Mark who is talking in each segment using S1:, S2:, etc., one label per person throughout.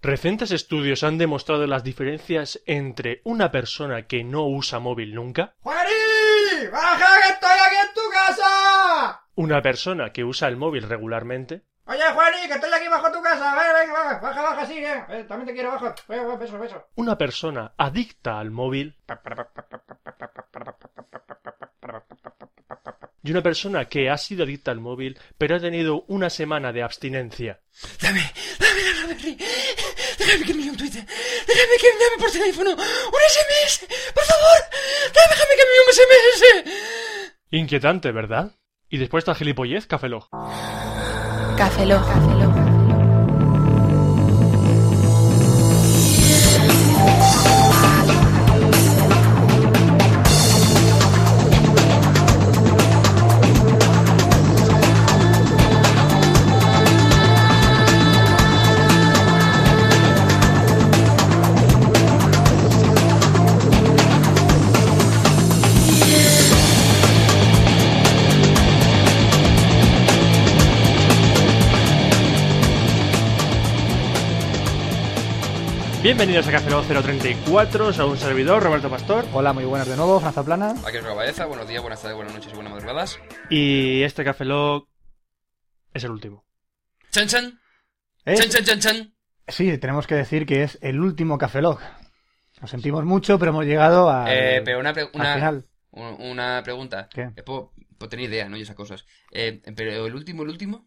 S1: Recientes estudios han demostrado las diferencias entre una persona que no usa móvil nunca,
S2: ¡Juaní! ¡Baja que estoy aquí en tu casa!
S1: una persona que usa el móvil regularmente
S2: Oye, Juaní, que estoy aquí bajo tu casa. Ven, ven, baja, baja, baja, sí, ven. Ven, también te quiero, baja. Ven, ven, beso, beso.
S1: una persona adicta al móvil y una persona que ha sido adicta al móvil pero ha tenido una semana de abstinencia.
S3: Dame, dame la red Play. Déjame que me envíe un Twitter. Déjame que me llame por teléfono. Un SMS. Por favor. Déjame que me envíe un SMS.
S1: Inquietante, ¿verdad? Y después esta gilipollez, Cafelog.
S4: Café Lock.
S1: Bienvenidos a Cafelog 034, soy un servidor, Roberto Pastor,
S5: Hola, muy buenas de nuevo, Franza Plana.
S3: Aquí es Baeza. Buenos días, buenas tardes, buenas noches y buenas madrugadas.
S1: y este Cafelog es el último.
S3: Chan chan.
S5: Es-
S3: Chan chan chan chan.
S5: sí, tenemos que decir que es el último Café Lock. Lo sentimos mucho, pero hemos llegado a,
S3: Eh, pero una, pre-
S5: al
S3: una,
S5: final.
S3: un- una pregunta.
S5: ¿Qué?
S3: Eh, puedo, puedo tener idea, ¿no? Y esas cosas. Eh, pero el último, el último.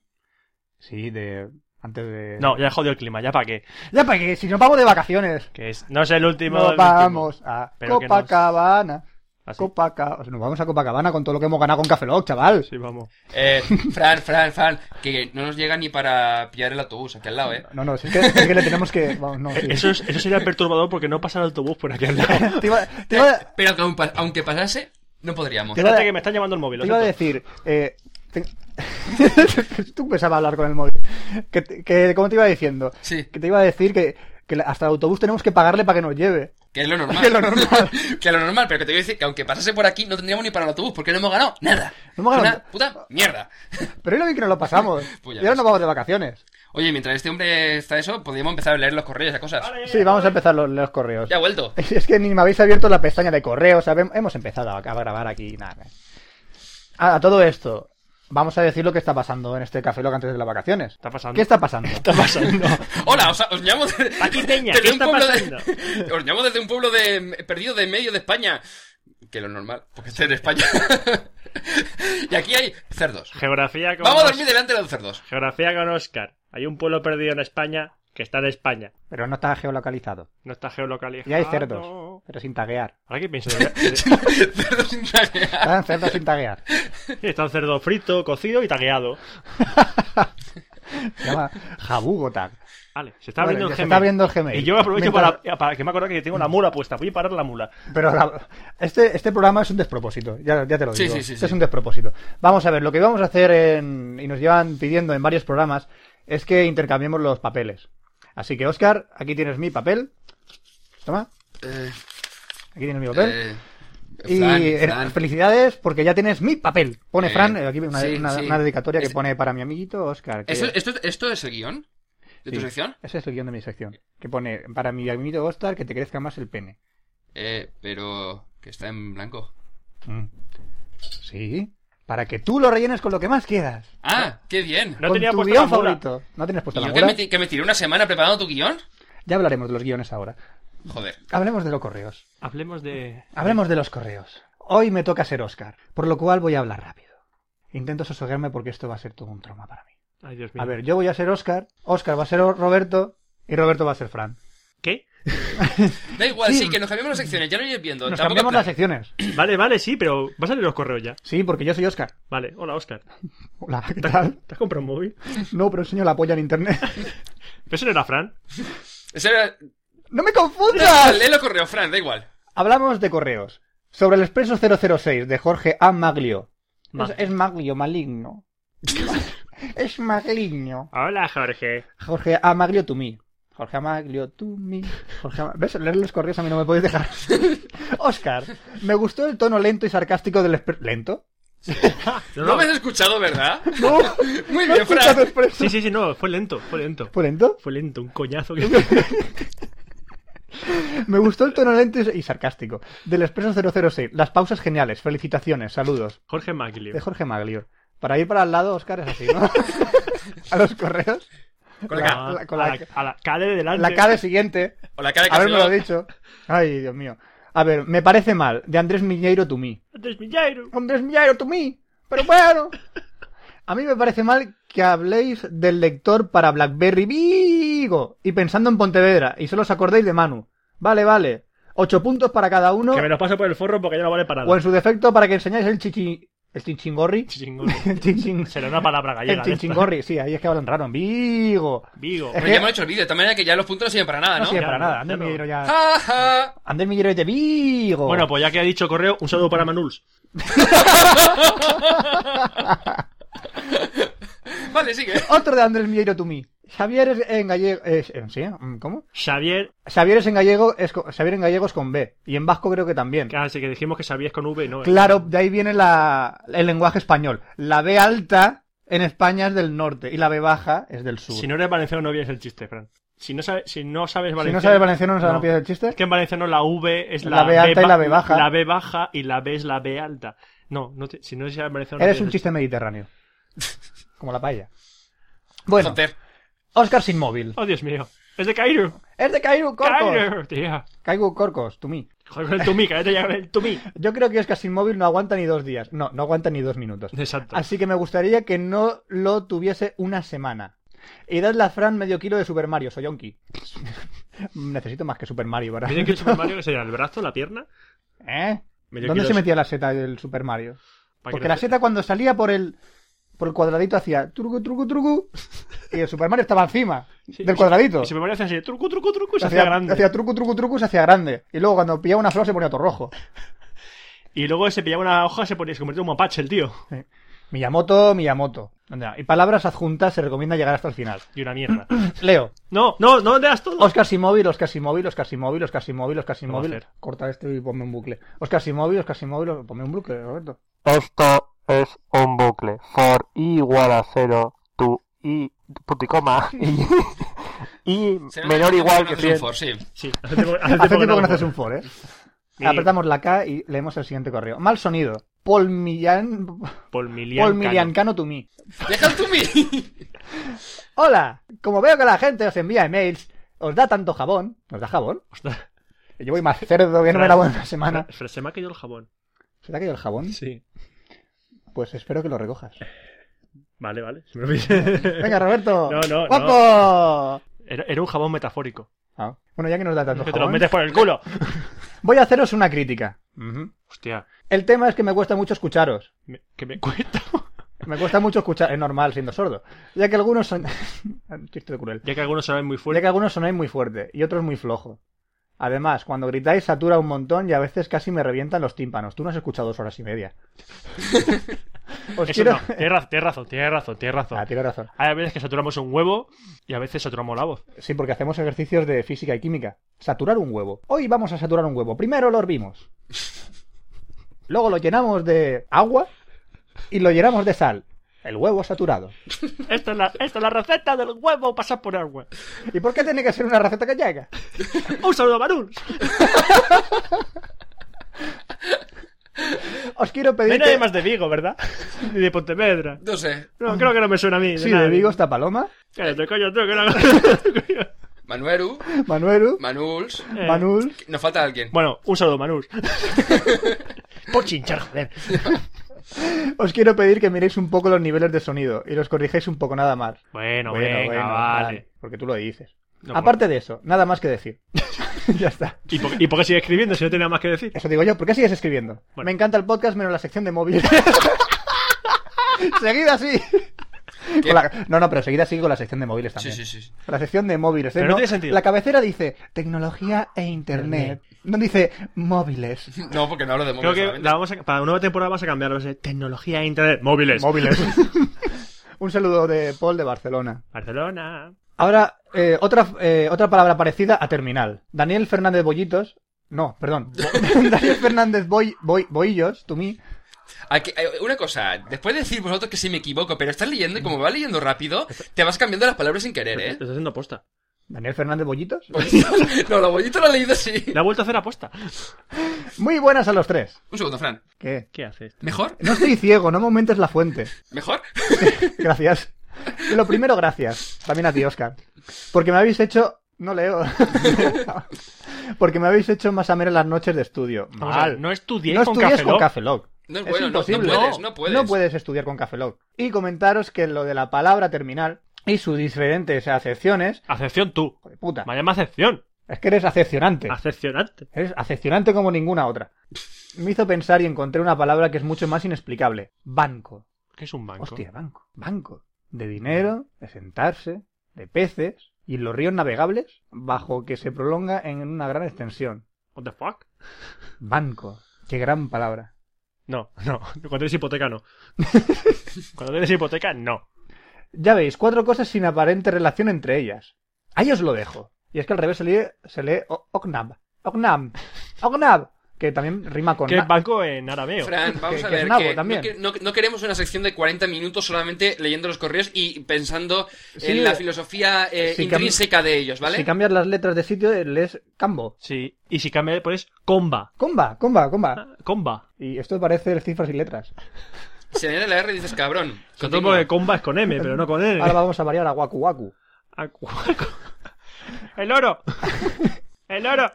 S5: Sí, de antes de...
S1: No, ya he jodido el clima, ya para qué.
S5: Ya, para que si nos vamos de vacaciones.
S1: Que es, no es el último. el
S5: Nos
S1: último.
S5: vamos a
S1: Pero que nos- Ah,
S5: Copacabana.
S1: Así.
S5: Copaca- o sea, nos vamos a Copacabana con todo lo que hemos ganado con Café Lock, chaval.
S1: Sí, vamos.
S3: Eh, Fran, Fran, Fran. Que no nos llega ni para pillar el autobús aquí al lado, ¿eh?
S5: No, no, si es que, es que le tenemos que... Vamos, no, sí.
S1: Eh, Eso, es- eso sería perturbador porque no pasa el autobús por aquí al lado.
S5: Te iba, te iba-
S1: Eh,
S3: Pero que aun pa- aunque pasase, no podríamos.
S1: Espérate que me están llamando el móvil.
S5: Te
S1: lo
S5: iba a
S1: siento.
S5: decir, eh, te- tú empezabas a hablar con el móvil. Que, te- que, como te iba diciendo,
S3: Sí,
S5: que te iba a decir que, que la- hasta el autobús tenemos que pagarle para que nos lleve.
S3: que es lo normal.
S5: Que es lo normal.
S3: que es lo normal, pero que te quiero decir que aunque pasase por aquí, no tendríamos ni para el autobús, porque no hemos ganado nada.
S5: No hemos ganado-
S3: Una puta mierda.
S5: Pero es lo bien que nos lo pasamos.
S3: Pues ya
S5: y ahora
S3: ves.
S5: nos vamos de vacaciones.
S3: Oye, mientras este hombre está eso, podríamos empezar a leer los correos y esas cosas.
S5: Sí, vamos a empezar los, los correos.
S3: Ya ha vuelto.
S5: Es que ni me habéis abierto la pestaña de correos. o sea, hem- hemos empezado a, a grabar aquí. Nada. A, a todo esto, vamos a decir lo que está pasando en este Café Lock antes de las vacaciones.
S1: Está pasando.
S5: ¿Qué está pasando?
S1: Está pasando.
S3: Hola, os, os llamo de-
S1: Aquí, Peña,
S3: desde
S1: ¿qué
S3: un
S1: está
S3: pueblo
S1: pasando?
S3: de- os llamo desde un pueblo de perdido de medio de España. Que lo normal, porque estoy en España. y aquí hay cerdos.
S1: Geografía con
S3: Vamos a
S1: Os-
S3: dormir delante de los cerdos.
S1: Geografía con Oscar. Hay un pueblo perdido en España que está en España.
S5: Pero no está geolocalizado.
S1: No está geolocalizado.
S5: Y hay cerdos, pero sin taguear.
S1: Ahora que pienso. de-
S3: cerdos sin taguear.
S5: Están cerdos sin taguear.
S1: de- Está un cerdo frito, cocido y tagueado.
S5: Se llama Jabugo Tag.
S1: Vale, se está
S5: Vale,
S1: abriendo
S5: ya
S1: el
S5: se
S1: Gmail.
S5: está abriendo el Gmail.
S1: Y yo aprovecho
S5: Mientras-
S1: para, para que me acuerdo que tengo la mula puesta. Voy a parar la mula.
S5: Pero la- este, este programa es un despropósito, ya, ya te lo
S3: Sí,
S5: digo.
S3: sí, sí,
S5: Este
S3: sí.
S5: es un despropósito. Vamos a ver, lo que vamos a hacer en- y nos llevan pidiendo en varios programas es que intercambiemos los papeles. Así que, Oscar, aquí tienes mi papel. Toma,
S3: Eh,
S5: aquí tienes mi papel.
S3: eh,
S5: y
S3: Fran,
S5: eh,
S3: Fran.
S5: felicidades porque ya tienes mi papel. Pone
S3: Eh,
S5: Fran, eh, aquí una,
S3: sí,
S5: una-
S3: sí.
S5: una dedicatoria que
S3: Es-
S5: pone para mi amiguito Oscar. que-
S3: ¿Esto, esto, esto es el guión? ¿De tu
S5: Sí.
S3: sección?
S5: Ese es el guión de mi sección. Que pone para mi amiguito Oscar que te crezca más el pene.
S3: Eh, pero que está en blanco.
S5: Mm. Sí. Para que tú lo rellenes con lo que más quieras.
S3: Ah, qué bien.
S1: No
S5: con
S1: tenía
S5: tu
S1: puesta
S5: guión
S1: la mula.
S5: favorito. No tienes puesto
S3: ¿Y
S5: la
S3: yo que me,
S5: mula.
S3: ti- que me tiré una semana preparando tu guión?
S5: Ya hablaremos de los guiones ahora.
S3: Joder.
S5: Hablemos de los correos.
S1: Hablemos de.
S5: Hablemos de los correos. Hoy me toca ser Oscar, por lo cual voy a hablar rápido. Intento sosegarme porque esto va a ser todo un trauma para mí.
S1: Ay, Dios mío.
S5: A ver, yo voy a ser Oscar, Oscar va a ser O- Roberto y Roberto va a ser Fran.
S1: ¿Qué?
S3: Da igual,
S5: Sí.
S3: sí, que nos cambiamos las secciones, ya lo iréis viendo.
S5: Nos
S3: Tampoco
S5: cambiamos las
S3: plan-
S5: secciones.
S1: Vale, vale, sí, pero. Va a salir los correos ya.
S5: Sí, porque yo soy Oscar.
S1: Vale, hola, Oscar.
S5: Hola, ¿qué tal?
S1: ¿Te has comprado un móvil?
S5: No, pero enseño la polla en internet.
S1: Pero eso no era Fran.
S3: Ese era-
S5: ¡No me
S3: Ah,
S5: confundas!
S3: Lee los correos, Fran, da igual.
S5: Hablamos de correos. Sobre el expreso 006 de Jorge A. Maglio. Pues
S1: Ma-
S5: Es, es Maglio, maligno. es maligno.
S1: Hola, Jorge.
S5: Jorge A. Maglio to me. Jorge A. Maglio to me. Jorge A. Ma- ¿Ves? Leer los correos a mí no me podéis dejar. Oscar, me gustó el tono lento y sarcástico del expreso. ¿Lento?
S3: No, me has escuchado, ¿verdad?
S5: No,
S3: Muy
S5: no
S3: bien,
S5: escuchas
S3: Fran.
S5: expreso.
S1: Sí, sí, sí, no, fue lento, fue lento.
S5: ¿Fue lento?
S1: Fue lento, un coñazo que...
S5: Me gustó el tono lento y sarcástico del expreso 006. Las pausas geniales. Felicitaciones, saludos.
S1: Jorge Maglio.
S5: De Jorge Maglior. Para ir para al lado, Oscar es así, ¿no? A los correos.
S3: Con la,
S5: Ah.
S3: ca-
S5: la- con la-
S1: a la, a la cara de delante.
S5: La cara siguiente.
S3: o la cara que
S5: Haberme lo
S3: ha
S5: dicho. Ay, Dios mío. A ver, me parece mal. De Andrés Miñeiro to mí.
S1: Andrés Millairo.
S5: Andrés Miñeiro to mí. Pero bueno. A mí me parece mal que habléis del lector para Blackberry Vigo y pensando en Pontevedra y solo os acordéis de Manu. Vale, vale. Ocho puntos para cada uno
S1: Que me los paso por el forro porque ya no vale para
S5: o en
S1: nada.
S5: su defecto para que enseñáis el chichi... ¿El chinchingorri?
S1: Chichingón.
S5: El chinchin-
S1: Será una palabra
S5: El
S1: gallega. de esta.
S5: chinchingorri, sí, ahí es que hablan raro. En Vigo.
S1: Vigo.
S5: Es
S3: Pero ya hemos hecho el vídeo, de tal manera que ya los puntos no sirven para nada,
S5: No
S3: ¿no?
S5: sirve
S1: Ya
S5: para
S1: Ah, no,
S5: nada.
S1: ya
S5: Andrés
S1: no.
S5: Miguero ya...
S3: Ja, ja.
S5: Andrés Miguero es de Vigo.
S1: Bueno, pues ya que ha dicho correo, un saludo para Manuls.
S3: Vale, sigue.
S5: Otro de Andrés Mieiro to me. Xavier es en gallego. es- eh, ¿Sí? Mm, ¿Cómo?
S1: Xavier,
S5: Xavier es en gallego. Es, co- Xavier en gallego es con B. Y en vasco creo que también.
S1: así que dijimos que sabías con V, ¿no? eh.
S5: Claro, de ahí viene la, el lenguaje español. La B alta en España es del norte y la B baja es del sur.
S1: Si no eres valenciano no vienes el chiste, Fran. Si no sabes, si no sabes
S5: Si
S1: valenciano...
S5: no sabes valenciano, no sabes el chiste.
S1: Es que en valenciano la V es la,
S5: La B alta y la B
S1: ba-
S5: baja.
S1: La B baja y la B es la B alta. No, no te- si no sabes valenciano... no
S5: Eres un
S1: vienes
S5: chiste mediterráneo. Como la paella. Bueno,
S3: Joder.
S5: Oscar sin móvil.
S1: el- Oh, Dios mío. Es de Cairo.
S5: Es de Cairu Corcos.
S1: Cairo, tía.
S5: Cairu Corcos, to me.
S1: Joder, con el tumí, cállate ya con el tumí.
S5: Yo creo que Oscar sin móvil no aguanta ni dos días. No, no aguanta ni dos minutos.
S1: Exacto.
S5: Así que me gustaría que no lo tuviese una semana. Y dadle a Fran medio kilo de Super Mario, soy Yonki. Necesito más que Super Mario para.
S1: Miren que el Super Mario que sería el brazo, la pierna.
S5: ¿Eh?
S1: Medio
S5: ¿Dónde
S1: kilo
S5: se
S1: es-
S5: metía la seta del Super Mario?
S1: para que
S5: Porque
S1: no-
S5: la seta cuando salía por el por el cuadradito hacía truco, truco, truco. Y el Super Mario estaba encima
S1: Sí,
S5: del
S1: y-
S5: cuadradito.
S1: Y se me parece así, truco, truco, truco, y se hacía grande.
S5: hacía truco, truco, truco, se hacía grande. Y luego cuando pillaba una flor se ponía todo rojo.
S1: Y luego se pillaba una hoja, se, ponía, se convirtió en un mapache el tío.
S5: Miyamoto, Miyamoto. Anda, Y palabras adjuntas se recomienda llegar hasta el final.
S1: Y una mierda.
S5: Leo.
S1: No, no, no das todo.
S5: Oscar Simóvil, Oscar Simóvil, Oscar Simóvil, Oscar Simóvil, Oscar
S1: Lo va a
S5: Simóvil.
S1: hacer.
S5: Corta esto y ponme un bucle. Oscar Simóvil, Oscar Simóvil, ponme un bucle, Roberto.
S6: Esto es un bucle. For i igual a 0, tu i, punto y coma, y, y
S3: Se nota
S6: menor o igual
S3: no
S6: que
S3: haces un
S6: 100.
S3: for, sí.
S1: Sí, hace tiempo, hace
S5: Hace tiempo que no
S1: hago.
S5: haces un for, ¿eh?
S1: Y
S5: Apretamos la K y leemos el siguiente correo. Mal sonido. Paul Millán...
S1: Paul Milian.
S5: Paul
S1: Cano.
S5: Miliancano to me.
S3: Deja el tumi.
S5: Hola, como veo que la gente os envía emails, os da tanto jabón. ¿Os da jabón?
S1: Ostras,
S5: Yo voy más cerdo que no me la buena semana.
S1: Fran, se me ha caído el jabón.
S5: ¿Se te ha caído el jabón?
S1: Sí.
S5: Pues espero que lo recojas.
S1: Vale, vale. se me olvida.
S5: Venga, Roberto.
S1: No, no, no.
S5: ¡Guapo!
S1: era, era un jabón metafórico.
S5: Ah, Bueno, ya que nos da tanto
S1: Que te lo
S5: jabón,
S1: metes por el culo.
S5: voy a haceros una crítica.
S1: Hostia,
S5: El tema es que me cuesta mucho escucharos.
S1: me- que me cuesta.
S5: Me cuesta mucho escuchar, es normal siendo sordo. Ya que algunos son. Un chiste de cruel.
S1: Ya que algunos saben muy
S5: Ya
S1: fuerte.
S5: que algunos sonáis muy fuerte y otros muy flojo. Además, cuando gritáis satura un montón y a veces casi me revientan los tímpanos. Tú no has escuchado dos horas y media. Os
S1: Eso
S5: quiero.
S1: no. Tienes razón, tienes razón, tienes razón, tienes razón.
S5: Ah, tiene razón.
S1: Hay veces que saturamos un huevo y a veces saturamos la voz.
S5: Sí, porque hacemos ejercicios de física y química. Saturar un huevo. Hoy vamos a saturar un huevo. Primero lo hervimos. Luego lo llenamos de agua y lo llenamos de sal. El huevo saturado.
S1: Esta es la, esta es la receta del huevo pasar por agua.
S5: ¿Y por qué tiene que ser una receta gallega?
S1: Un saludo, Marul.
S5: Os quiero pedir.
S1: No hay
S5: que-
S1: nadie más de Vigo, ¿verdad? Ni de Pontevedra.
S3: No sé.
S1: No, creo que no me suena a mí.
S5: Sí,
S1: nada.
S5: de Vigo está Paloma,
S1: Cállate, coño, tú, que no-
S3: Manueru,
S5: Manuelu,
S3: Manuls.
S1: Eh,
S5: Manul.
S3: Nos falta alguien.
S1: Bueno, un saludo, Manus. Por chinchar, joder.
S5: Os quiero pedir que miréis un poco los niveles de sonido y los corrijéis un poco nada más.
S1: Bueno,
S5: Bueno,
S1: venga,
S5: bueno,
S1: vale.
S5: Porque tú lo dices.
S1: No,
S5: Aparte de eso, nada más que decir. ya está.
S1: ¿Y por, ¿Y por qué sigue escribiendo si no tiene nada más que decir?
S5: Eso digo yo. ¿Por qué sigues escribiendo?
S1: Bueno.
S5: Me encanta el podcast menos la sección de móvil. seguid así. Con la- No, no, pero seguid así con la sección de móviles
S3: Sí,
S5: también.
S3: sí, sí.
S5: La sección de móviles. ¿eh?
S1: Pero no tiene sentido.
S5: La cabecera dice tecnología e internet. No dice móviles.
S3: No, porque no hablo de
S1: Creo
S3: móviles.
S1: que
S3: solamente.
S1: la vamos a- para una nueva temporada vamos a cambiar vamos a decir, tecnología e internet. Móviles.
S5: Móviles. Un saludo de Paul de Barcelona.
S1: Barcelona.
S5: Ahora, eh, otra, eh, otra palabra parecida a terminal. Daniel Fernández Bollitos. No, perdón. Daniel Fernández Boy, Boy- Boillos, to me.
S3: Aquí- eh, una cosa, después de decir vosotros que si me equivoco, pero estás leyendo y como vas leyendo rápido, te vas cambiando las palabras sin querer,
S1: Lo
S3: ¿eh? Pues
S1: estás haciendo aposta.
S5: Daniel Fernández Bollitos.
S3: no, lo bollito lo he leído así.
S1: Le ha vuelto a hacer aposta.
S5: Muy buenas a los tres.
S3: Un segundo, Fran.
S5: ¿Qué?
S1: ¿Qué haces?
S3: ¿Mejor?
S5: No estoy ciego, no me aumentes la fuente.
S3: ¿Mejor?
S5: Gracias. Lo primero, gracias. También a ti, Oscar. Porque me habéis hecho. No leo. Porque me habéis hecho más ameno las noches de estudio.
S1: Vamos a ver,
S5: Mal.
S1: no estudié
S5: No
S1: con
S5: estudies
S1: Café
S5: con
S1: Lock.
S5: Café Lock.
S3: No es
S5: Es
S3: bueno, no, no
S5: imposible.
S3: puedes, no puedes.
S5: estudiar con Café Lock. Y comentaros que lo de la palabra terminal y sus diferentes acepciones.
S1: Acepción tú.
S5: Joder, puta.
S1: Me llama acepción.
S5: Es que eres acepcionante.
S1: Ah. Acepcionante.
S5: Eres acepcionante como ninguna otra. Me hizo pensar y encontré una palabra que es mucho más inexplicable. Banco.
S1: ¿Qué es un banco?
S5: Hostia, banco. Banco. De dinero, de sentarse, de peces y los ríos navegables bajo que se prolonga en una gran extensión.
S1: What the fuck?
S5: Banco. Qué gran palabra.
S1: No, no. Cuando tienes hipoteca, no. Cuando tienes hipoteca, no.
S5: Ya veis, cuatro cosas sin aparente relación entre ellas. Ahí os lo dejo. Y es que al revés se lee, se lee o- Oknab. Oknab. Oknab. Que también rima con...
S1: ¿Qué
S5: na-
S1: es banco en arameo?
S3: Fran, vamos
S5: que-
S3: a
S5: que es
S3: ver,
S5: nabo
S3: que no,
S5: también.
S3: que- no- no queremos una sección de 40 minutos solamente leyendo los correos y pensando
S5: Sí,
S3: en la
S5: eh,
S3: filosofía eh,
S5: sí, que a mí-
S3: intrínseca de ellos, ¿vale?
S5: Si cambias las letras de sitio, eh, lees Cambo.
S1: Sí. Y si cambia, pones comba.
S5: Comba, comba, comba.
S1: Ah, Comba.
S5: Y esto parece el cifras y letras.
S3: Se viene la R y dices, cabrón.
S1: Con todo
S3: continúa.
S1: porque comba es con M, pero no con N.
S5: Ahora vamos a variar a Waku Waku.
S1: Ah, guaco. ¡El oro! ¡El oro!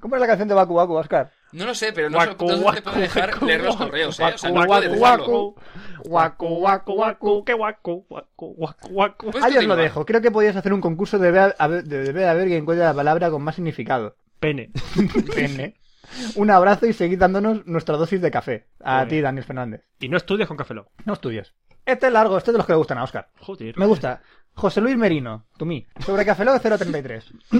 S5: ¿Cómo es la canción de Waku Waku, Oscar?
S3: No lo sé, pero no,
S1: Guacu,
S3: se- no se te puede
S1: guacu,
S3: dejar
S1: guacu,
S3: leer los
S1: guacu,
S3: correos, ¿eh? O sea,
S1: guacu,
S3: no puedes
S1: guacu,
S3: dejarlo.
S1: guacu. Guacu, guacu, guacu, qué guacu, guacu, guacu, guacu.
S3: Pues
S5: Ahí os lo
S3: continúa.
S5: dejo. Creo que podías hacer un concurso de ver, a ver- de ver a ver quién encuentra la palabra con más significado.
S1: Pene. ¿eh?
S5: Pene. Un abrazo y seguid dándonos nuestra dosis de café. A
S1: Muy
S5: ti,
S1: bien.
S5: Daniel Fernández.
S1: Y no estudias con Café Lock.
S5: No estudios. Este es largo, este es de los que le gustan a Oscar.
S1: Joder.
S5: Me gusta. José Luis Merino, to me, sobre Cafelog 033.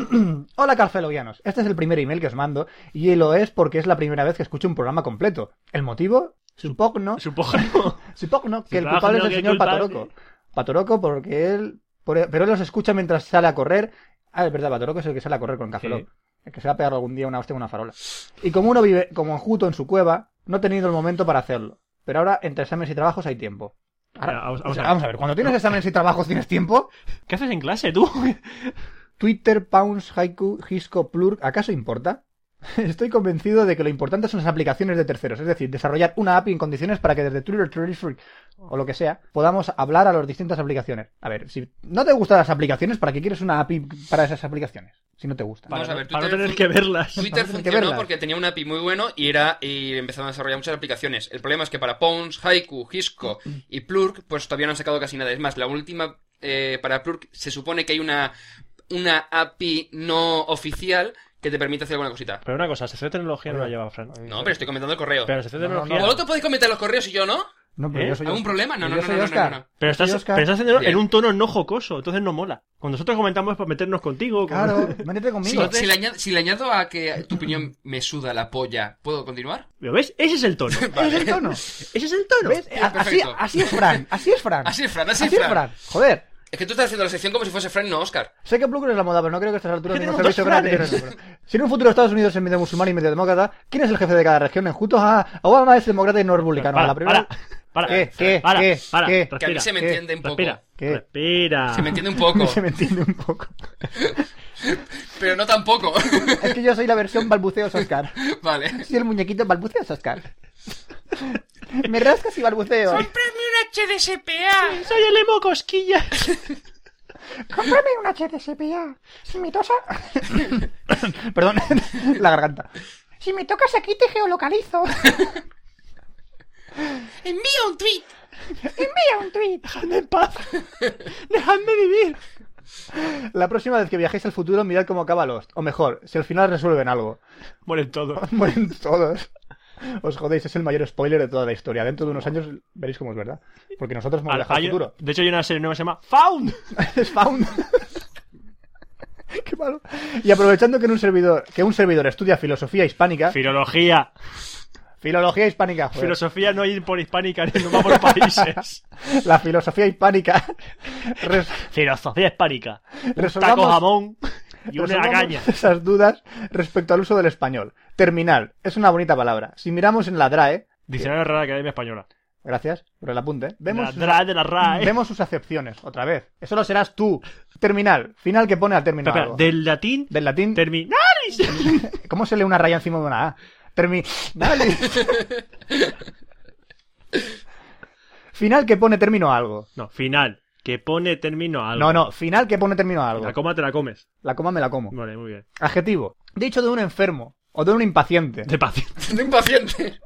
S5: Hola Cafelogianos, este es el primer email que os mando y lo es porque es la primera vez que escucho un programa completo. ¿El motivo? Supogno,
S1: Supongo.
S5: supogno que el
S1: Supongo
S5: culpable es el
S1: que
S5: señor
S1: culpable-
S5: Patoroco. Patoroco porque él... por- pero él los escucha mientras sale a correr. Ah, es verdad, Patoroco es el que sale a correr con Cafelog.
S1: Sí.
S5: El que se va a pegar algún día una hostia en una farola. Y como uno vive como enjuto en su cueva, no he tenido el momento para hacerlo. Pero ahora, entre exámenes y trabajos, hay tiempo. Ahora-
S1: Mira, vamos-
S5: o
S1: vamos a
S5: sea,
S1: ver.
S5: vamos a ver, cuando tienes exámenes y trabajos, ¿tienes tiempo?
S1: ¿Qué haces en clase tú?
S5: Twitter, Pounds, Haiku, Hisco, Plurk, ¿acaso importa? Estoy convencido de que lo importante son las aplicaciones de terceros, es decir, desarrollar una API en condiciones para que desde Twitter, Twitter Freak, o lo que sea, podamos hablar a las distintas aplicaciones. A ver, si no te gustan las aplicaciones, ¿para qué quieres una API para esas aplicaciones? Si no te gusta.
S3: Vamos a
S1: Para,
S3: ver,
S1: para no
S3: Twitter-
S1: tener que verlas.
S3: Twitter
S5: Vamos a tener que
S3: funcionó
S5: verlas.
S3: porque tenía un API muy bueno y era y empezaron a desarrollar muchas aplicaciones. El problema es que para Pons, Haiku, Hisco y Plurk, pues todavía no han sacado casi nada. Es más, la última eh, para Plurk se supone que hay una, una API no oficial que te permite hacer alguna cosita.
S1: Pero una cosa, sección de tecnología no la lleva Fran.
S3: No, pero estoy comentando el correo.
S1: Pero sección de
S5: No, no, no.
S1: tecnología.
S3: Vosotros podéis comentar los correos y yo no.
S5: No, pero
S1: ¿Eh?
S5: yo soy
S3: ¿Algún
S5: Oscar.
S3: problema? No,
S5: Yo
S3: no, no,
S5: soy
S3: no, no,
S5: Oscar.
S3: no, no.
S1: Pero
S5: Sí,
S1: estás,
S5: Oscar.
S1: pero estás haciendo en
S3: Bien.
S1: un tono no jocoso, entonces no mola. Cuando nosotros comentamos es para meternos contigo. con-
S5: Claro, métete
S3: Si,
S5: conmigo.
S3: si le añado, si le añado a que tu opinión me suda la polla, ¿puedo continuar?
S1: ¿Lo ves? Ese es el tono.
S5: Ese es el tono.
S1: Ese es el tono.
S5: ¿Ves?
S3: Sí,
S5: Así,
S3: perfecto.
S5: así es Fran, así es Fran.
S3: Así es, Ah, Fran, así,
S5: Así es Fran. Joder.
S3: Es que tú estás haciendo la sección como si fuese Fran, no Oscar.
S5: Sé que Plurk es la moda, pero no creo que a estas alturas
S1: ¿Qué
S5: ningún
S1: tenemos
S5: servicio
S1: dos planes?
S5: gratis. tenga ningún problema. Si en un futuro Estados Unidos es medio musulmán y medio demócrata, ¿quién es el jefe de cada región en juntos? Ah, Obama es demócrata y no republicano.
S1: Para,
S5: la primera...
S1: para, para,
S5: ¿Qué? ¿Qué?
S1: para,
S5: ¿Qué?
S1: para,
S5: ¿Qué?
S3: Que a mí
S1: respira,
S3: se me
S5: ¿qué?
S3: entiende un poco.
S1: respira,
S5: ¿Qué?
S1: respira.
S3: Se me entiende un poco,
S5: Se me entiende un poco.
S3: pero no tampoco.
S5: Es que yo soy la versión balbuceos Oscar.
S3: vale.
S5: Soy el muñequito balbuceos Oscar. Me rascas y balbuceo.
S1: Soy el emo cosquilla.
S5: ¡Cómprame un HDCPA! Si me tosa... Perdón, la garganta. Si me tocas aquí te geolocalizo.
S3: Envía un tweet.
S5: Envía un tweet. Dejadme en paz. Dejadme vivir. La próxima vez que viajéis al futuro, mirad cómo acaba Lost. O mejor, si al final resuelven algo.
S1: Mueren todos.
S5: Mueren todos. Os jodéis, es el mayor spoiler de toda la historia. Dentro de unos años veréis cómo es verdad. Porque nosotros hemos viajado al
S1: Hay-
S5: futuro.
S1: de hecho, hay una serie nueva que se llama Found.
S5: Es Found. Qué malo. Y aprovechando que, en un servidor, que un servidor estudia filosofía hispánica.
S1: Filología.
S5: Pues- filología hispánica. joder.
S1: Filosofía no ir por hispánica ni no va por países.
S5: la filosofía hispánica. Res-
S1: Filosofía hispánica. Un
S5: Resolvamos-
S1: taco jamón y una
S5: Resolvamos
S1: caña.
S5: Esas dudas respecto al uso del español. Terminal, es una bonita palabra. Si miramos en la DRAE,
S1: Diccionario Real Academia Española.
S5: Gracias por el apunte. ¿eh?
S1: Vemos
S5: Vemos, sus-
S1: la RAE de la eh. RAE.
S5: vemos sus acepciones, otra vez. Eso lo serás tú. Terminal. Final que pone al
S1: Espera,
S5: terminal.
S1: espera,
S5: algo.
S1: del latín
S5: Del latín.
S1: terminalis.
S5: ¿Cómo se lee una raya encima de una A? Termi... Dale. final que pone término a algo.
S1: No, final. Que pone término a algo.
S5: No, no, final que pone término a algo.
S1: La coma te la comes.
S5: La coma me la como.
S1: Vale, muy bien.
S5: Adjetivo. Dicho de un enfermo o de un impaciente.
S1: De paciente.
S3: De un paciente.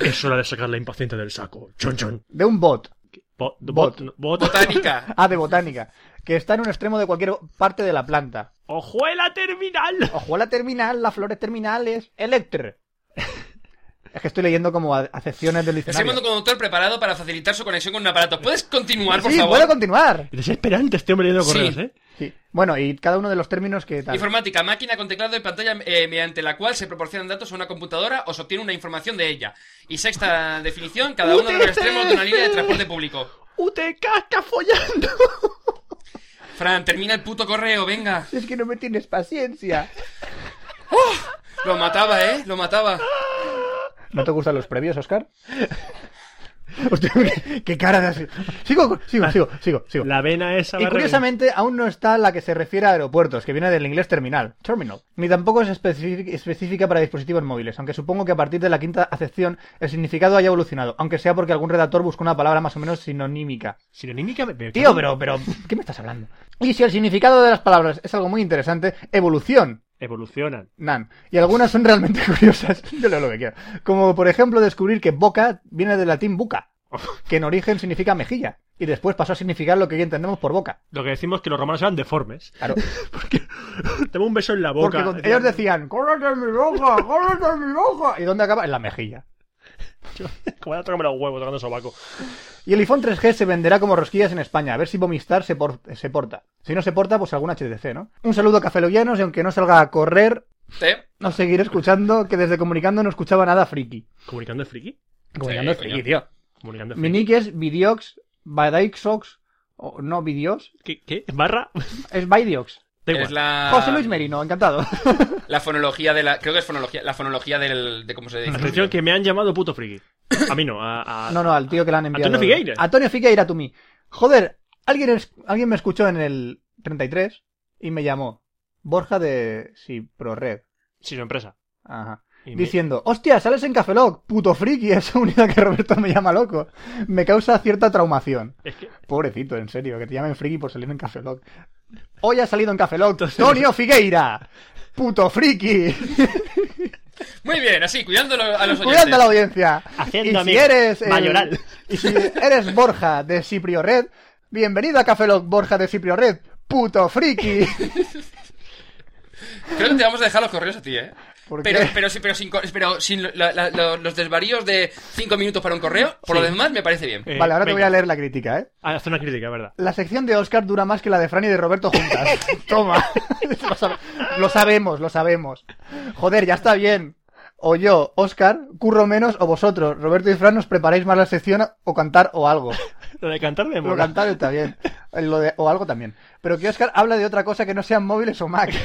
S7: Es hora de sacar la impaciente del saco. Chon, chon.
S5: De un bot.
S1: Bot. Bot.
S5: Bot.
S1: bot.
S3: Botánica.
S5: Ah, de botánica. Que está en un extremo de cualquier parte de la planta.
S1: ¡Ojuela terminal!
S5: Ojo a la terminal, las flores terminales. Electre. Es que estoy leyendo como a- acepciones del
S3: El segundo
S5: diccionario.
S3: conductor preparado para facilitar su conexión con un aparato. ¿Puedes continuar, por
S5: Sí,
S3: favor?
S5: puedo continuar.
S1: Desesperante este hombre leyendo
S3: Sí.
S1: correos, ¿eh?
S5: Sí. Bueno, y cada uno de los términos que tal.
S3: Informática, máquina con teclado y pantalla eh, mediante la cual se proporcionan datos a una computadora o se obtiene una información de ella. Y sexta definición, cada uno de los extremos de una línea de transporte público.
S1: ¡UTK está follando!
S3: Fran, termina el puto correo, venga.
S5: Es que no me tienes paciencia.
S3: Lo mataba, ¿eh? Lo mataba.
S5: ¿No te gustan los previos, Oscar? Hostia, qué, qué cara de así. Sigo, sigo, sigo, sigo, sigo.
S1: La vena esa.
S5: Y
S1: va
S5: curiosamente aún no está la que se refiere a aeropuertos, que viene del inglés terminal, terminal. Ni tampoco es especifi- específica para dispositivos móviles, aunque supongo que a partir de la quinta acepción el significado haya evolucionado, aunque sea porque algún redactor buscó una palabra más o menos sinonímica.
S1: re- Sinonímica. me- me-
S5: Tío, pero, pero, ¿qué me estás hablando? Y si el significado de las palabras es algo muy interesante, evolución,
S1: Evolucionan.
S5: Nan. Y algunas son realmente curiosas. Yo leo lo que quiero. Como por ejemplo descubrir que boca viene del latín buca, que en origen significa mejilla. Y después pasó a significar lo que hoy entendemos por boca.
S1: Lo que decimos que los romanos eran deformes.
S5: Claro.
S1: Porque te un beso en la boca.
S5: Porque con- ellos decían, córrete mi boca, córrete mi boca. ¿Y dónde acaba? En la mejilla.
S1: Como era tocándome los huevos, tocando sobaco.
S5: Y el iPhone 3G se venderá como rosquillas en España, a ver si Bomistar se, por- se porta. Si no se porta, pues algún HTC, ¿no? Un saludo a Cafelovianos y aunque no salga a correr,
S3: ¿Te?
S5: os seguiré escuchando, que desde Comunicando no escuchaba nada friki.
S7: ¿Comunicando el friki?
S5: Comunicando
S3: Sí,
S5: friki,
S3: coño.
S5: tío.
S7: ¿Comunicando el
S5: Mi
S7: friki?
S5: nick es Vidiox, Badaixox, o no Vidiox,
S7: ¿Qué? qué? ¿Barra?
S5: es Bidiox.
S7: Da
S3: Es
S7: igual.
S3: la...
S5: José Luis Merino, encantado.
S3: La fonología de la... Creo que es fonología. La fonología del... de cómo se dice.
S7: Atención, que me han llamado puto friki. A mí no, a... a-
S5: no, no, al tío que le han enviado.
S7: Ah. Antonio Figueira.
S5: Antonio Figueira, tú mí. Joder, alguien, es- alguien me escuchó en el 33 y me llamó. Borja de sí, ProRed.
S7: Sí, su empresa.
S5: Ajá.
S7: Y me-
S5: Diciendo, hostia, sales en Cafeloc, puto friki, esa unidad que Roberto me llama loco. Me causa cierta traumación.
S7: Es que...
S5: Pobrecito, en serio, que te llamen friki por salir en Café Lock. Hoy ha salido en Café Lock Antonio Figueira. Puto friki.
S3: Muy bien, así, cuidándolo a los oyentes.
S5: Cuidando a la audiencia.
S1: Haciendo
S5: y si
S1: amigos.
S5: eres el-
S1: Mayoral.
S5: Y si eres Borja de Ciprio Red, bienvenido a Café Lock Borja de Ciprio Red. Puto friki.
S3: Creo que te vamos a dejar los correos a ti, ¿eh?
S5: ¿Por
S3: Pero,
S5: qué?
S3: pero, sí, pero sin, co- pero sin lo- la- la- lo- los desvaríos de 5 minutos para un correo, por lo demás me parece bien.
S1: Eh,
S5: vale, ahora te
S1: venga.
S5: voy a leer la crítica, ¿eh?
S1: Ah, Hace una crítica, ¿verdad?
S5: La sección de Oscar dura más que la de Fran y de Roberto juntas. Toma. lo, sab- lo sabemos, lo sabemos. Joder, ya está bien. O yo, Oscar, curro menos, o vosotros, Roberto y Fran, nos preparáis más la sección o cantar o algo.
S1: Lo de cantar me
S5: Lo
S1: mola.
S5: cantar está bien. Eh, Lo de, o algo también. Pero que Oscar habla de otra cosa que no sean móviles o Mac.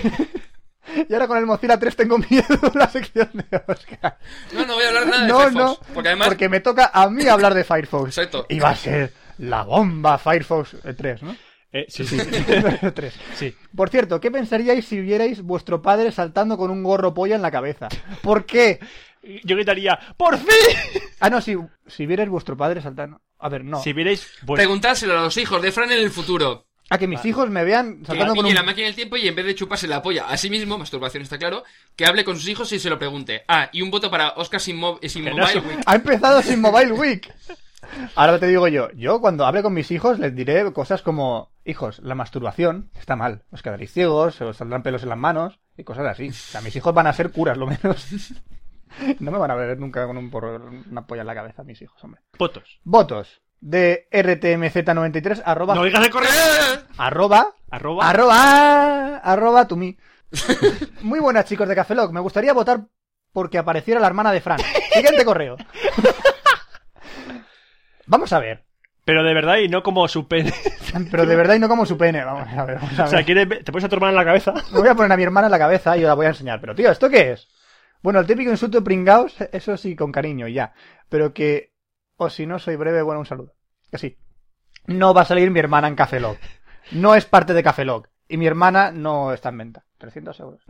S5: y ahora con el Mozilla 3 tengo miedo de la sección de Oscar.
S3: No, no voy a hablar nada Ah, de
S5: no,
S3: Firefox.
S5: no.
S3: porque además
S5: porque me toca a mí hablar de Firefox.
S3: Exacto.
S5: Y va a ser la bomba Firefox 3, ¿no?
S1: Eh, sí, sí.
S5: 3.
S1: sí.
S5: Por cierto, ¿qué pensaríais si vierais vuestro padre saltando con un gorro polla en la cabeza? ¿Por qué?
S1: Yo gritaría, ¡por fin!
S5: Ah, no, si, si vierais vuestro padre saltando. A ver, no.
S1: Si vierais... Bueno,
S3: preguntárselo a los hijos de Fran en el futuro.
S5: A que mis hijos me vean
S3: Y
S5: saltando con un.
S3: la máquina del tiempo y en vez de chuparse la polla a sí mismo, masturbación está claro, que hable con sus hijos y se lo pregunte. Ah, y un voto para Oscar sin, mo- eh, sin
S1: Que no
S3: mobile.
S1: su-
S3: Week.
S5: Ha empezado sin Mobile Week. Ahora te digo yo, yo cuando hable con mis hijos les diré cosas como, hijos, la masturbación está mal, os quedaréis ciegos, se os saldrán pelos en las manos y cosas así. O sea, mis hijos van a ser curas, lo menos. No me van a ver nunca con un porro, una polla en la cabeza mis hijos, hombre.
S1: fotos.
S5: Votos de rtmz93 arroba,
S1: No digas el correo.
S5: arroba,
S1: Arroba.
S5: arroba, arroba to me. Muy buenas chicos de Café Lock. me gustaría votar porque apareciera la hermana de Fran. Siguiente correo. Vamos a ver.
S1: Pero de verdad y no como su pene.
S5: Pero de verdad y no como su pene. Vamos a ver, vamos a
S1: O sea,
S5: ver.
S1: ¿quieres ver- ¿te pones a tu hermana en la cabeza?
S5: Me voy a poner a mi hermana en la cabeza y os la voy a enseñar. Pero tío, ¿esto qué es? Bueno, el típico insulto pringaos, eso sí, con cariño, y ya. Pero que, o si no soy breve, bueno, un saludo. Que sí. No va a salir mi hermana en Café Lock. No es parte de Café Lock. Y mi hermana no está en venta. 300 euros.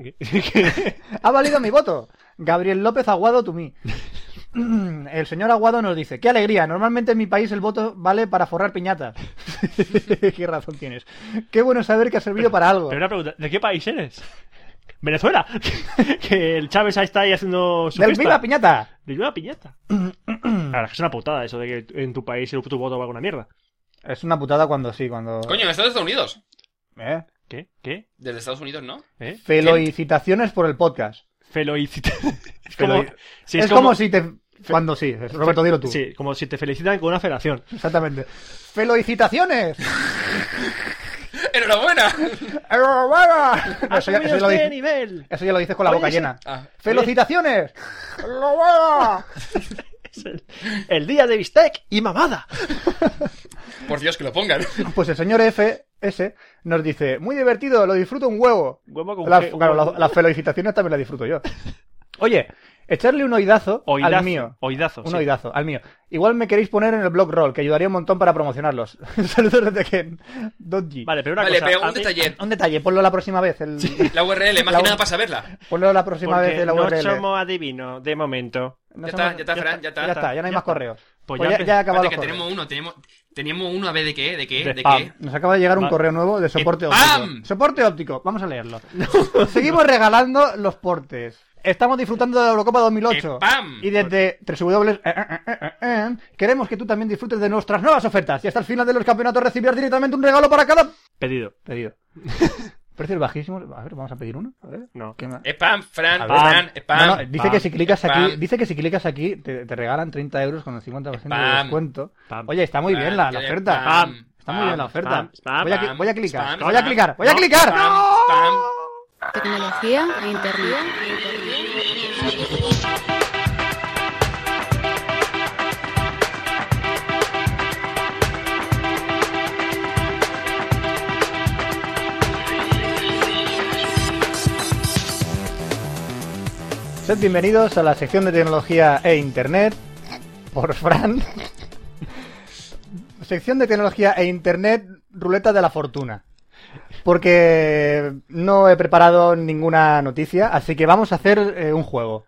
S5: Ha valido mi voto. Gabriel López Aguado, to me. El señor Aguado nos dice, qué alegría, normalmente en mi país el voto vale para forrar piñatas. qué razón tienes. Qué bueno saber que ha servido para algo.
S1: Pero una pregunta, ¿de qué país eres? Venezuela. que el Chávez ahí está ahí haciendo su
S5: ¡Del
S1: fiesta.
S5: viva piñata!
S1: Del Viva Piñata. La verdad es que es una putada eso de que en tu país el tu voto va alguna mierda.
S5: Es una putada cuando sí, cuando...
S3: Coño, esto es de Estados Unidos.
S5: ¿Eh?
S1: ¿Qué? ¿Qué?
S3: Desde Estados Unidos, ¿no?
S1: ¿Eh?
S5: Felicitaciones por el podcast.
S1: Feloicita. Es
S5: Feloi-
S1: como, sí,
S5: es, como... si te... Cuando sí, Roberto, dilo tú.
S1: Sí, como si te felicitan con una felación.
S5: Exactamente. ¡Felicitaciones!
S3: ¡Enhorabuena!
S5: ¡Enhorabuena!
S1: ¡Has
S5: Eso ya-
S1: subido
S5: eso ya
S1: usted
S5: lo
S1: de
S5: dice-
S1: nivel!
S5: eso ya lo dices con la
S1: Oye,
S5: boca
S1: ese-
S5: llena.
S3: Ah,
S5: ¡Felicitaciones! ¡Enhorabuena!
S1: Es el, el día de bistec y mamada.
S3: por Dios, que lo pongan.
S5: Pues el señor FS nos dice, muy divertido, lo disfruto un huevo.
S1: Huevo con
S5: La-
S1: que-
S5: claro, la-
S1: huevo-
S5: las felicitaciones también las disfruto yo. Oye, echarle un oidazo
S1: Oidazo.
S5: al mío.
S1: Oidazo.
S5: Un
S1: sí.
S5: oidazo, al mío. Igual me queréis poner en el blog roll, que ayudaría un montón para promocionarlos. Saludos desde Ken. Dodgy.
S1: Vale, pero una
S3: Vale,
S1: cosa.
S3: pero
S1: a
S3: un
S1: mí-
S3: detalle.
S5: Un detalle, ponlo la próxima vez. El...
S3: La URL, más que
S5: La-
S3: nada para saberla.
S5: Ponlo la próxima
S1: Porque
S5: vez de la
S1: no
S5: URL.
S1: somos adivinos, de momento.
S5: No
S3: Ya
S5: somos-
S3: está, ya está, Fran, ya está.
S5: Ya está, ya no hay
S1: Ya está.
S5: más correos.
S1: Pues
S5: Pues
S1: ya
S5: ya,
S1: empe-
S5: ya ha
S3: Espérate,
S5: acabado los
S3: que
S5: correos.
S3: tenemos uno, tenemos, teníamos uno a ver de qué, de qué,
S1: De
S3: de,
S1: spam.
S3: qué. Eh,
S5: Nos acaba de llegar un
S1: Va-
S5: correo nuevo de soporte
S3: ¡Spam!
S5: óptico. Soporte óptico, vamos a leerlo. Seguimos regalando los portes. Estamos disfrutando de la Eurocopa 2008.
S3: ¡Spam!
S5: Y desde www. eh, eh, eh, eh, eh, queremos que tú también disfrutes de nuestras nuevas ofertas. Y hasta el final de los campeonatos recibirás directamente un regalo para cada
S1: Pedido.
S5: pedido. Precios bajísimos. A ver, vamos a pedir uno. A ver.
S1: No.
S5: ¿qué más?
S3: Spam, Fran,
S1: A ver.
S3: Fran, spam.
S5: No, no, dice
S1: Pam.
S5: que si clicas aquí,
S3: Eh, Pam.
S5: dice que si clicas aquí te, te regalan 30 euros con el 50% de
S3: Eh, Pam.
S5: descuento.
S1: Pam.
S5: Oye, está muy
S3: Pam,
S5: bien la, la
S3: que-
S5: oferta.
S3: pam,
S5: está muy bien la
S3: pam,
S5: oferta.
S1: pam, pam,
S5: voy, a, cli-
S3: Spam,
S5: voy a clicar.
S3: spam,
S5: voy a
S3: spam.
S5: clicar. Voy a
S3: No,
S5: clicar.
S3: spam,
S5: ¡No!
S3: spam.
S4: Tecnología, e internet.
S5: Sed bienvenidos a la sección de tecnología e internet por Fran. sección de tecnología e internet, ruleta de la fortuna. Porque no he preparado ninguna noticia, así que vamos a hacer eh, un juego.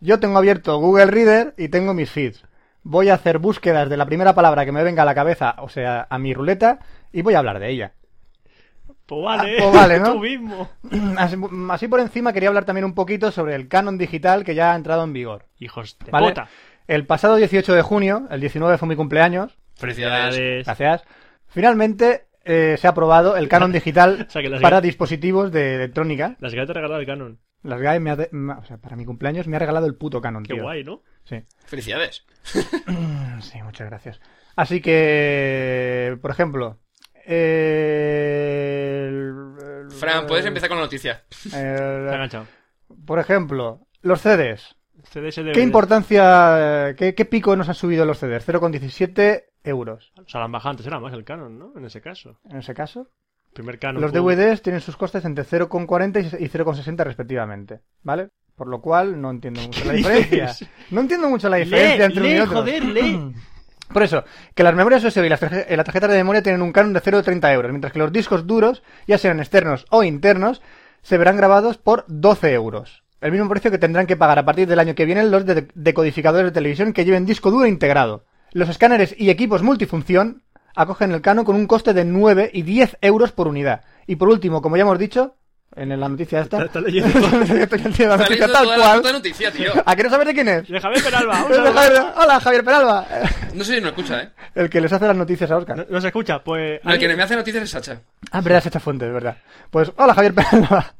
S5: Yo tengo abierto Google Reader y tengo mis feeds. Voy a hacer búsquedas de la primera palabra que me venga a la cabeza, o sea, a mi ruleta, y voy a hablar de ella.
S1: Pues vale,
S5: Ah, pues vale, ¿no?
S1: tú mismo.
S5: Así, así por encima quería hablar también un poquito sobre el canon digital que ya ha entrado en vigor.
S1: Hijos de
S5: Vale.
S1: puta.
S5: El pasado 18 de junio, el 19 fue mi cumpleaños,
S3: Felicidades.
S5: gracias. Finalmente eh, se ha aprobado el canon digital
S1: O sea, que las-
S5: para dispositivos de electrónica.
S1: Las gatas regaladas el canon.
S5: Las GAE me ha de- me ha- o sea, para mi cumpleaños me ha regalado el puto canon,
S1: Qué
S5: tío.
S1: guay, ¿no?
S5: Sí.
S3: Felicidades.
S5: sí, muchas gracias. Así que, por ejemplo, eh, el- el-
S3: Fran, puedes empezar con la noticia.
S5: el-
S1: Te ha enganchado.
S5: por ejemplo, los CDs.
S1: CDS de
S5: ¿Qué importancia, eh, qué, qué pico nos han subido los CDs? 0,17 euros.
S1: O sea, las bajantes era más el canon, ¿no? En ese caso.
S5: En ese caso.
S1: Primer canon.
S5: Los
S1: fue-
S5: DVDs tienen sus costes entre 0,40 y 0,60 respectivamente, ¿vale? Por lo cual no entiendo mucho la
S1: ¿Qué
S5: diferencia.
S1: dices?
S5: No entiendo mucho la
S1: Lee,
S5: diferencia entre uno y
S1: lee,
S5: otro.
S1: joder, lee.
S5: Por eso, que las memorias USB y las tarje- eh, las tarjetas de memoria tienen un canon de 0,30 euros, mientras que los discos duros, ya sean externos o internos, se verán grabados por 12 euros. El mismo precio que tendrán que pagar a partir del año que viene los de- decodificadores de televisión que lleven disco duro integrado. Los escáneres y equipos multifunción acogen el canon con un coste de 9 y 10 euros por unidad. Y por último, como ya hemos dicho, en la noticia esta...
S1: Está leyendo.
S5: Estoy leyendo la
S3: Está
S5: noticia
S3: leyendo
S5: tal
S3: toda la
S5: cual.
S3: puta noticia, tío.
S5: ¿A que no sabes de quién es?
S1: Déjame ver, Alba. Vamos a ver.
S5: Javier- Hola, Javier Peralba.
S3: No sé si no escucha, ¿eh?
S5: El que les hace las noticias a Oscar.
S1: No, no se escucha, pues.
S3: No, el que me hace noticias es Sacha.
S5: Ah, verdad, es esta fuente, es verdad. Pues, hola Javier Peralba.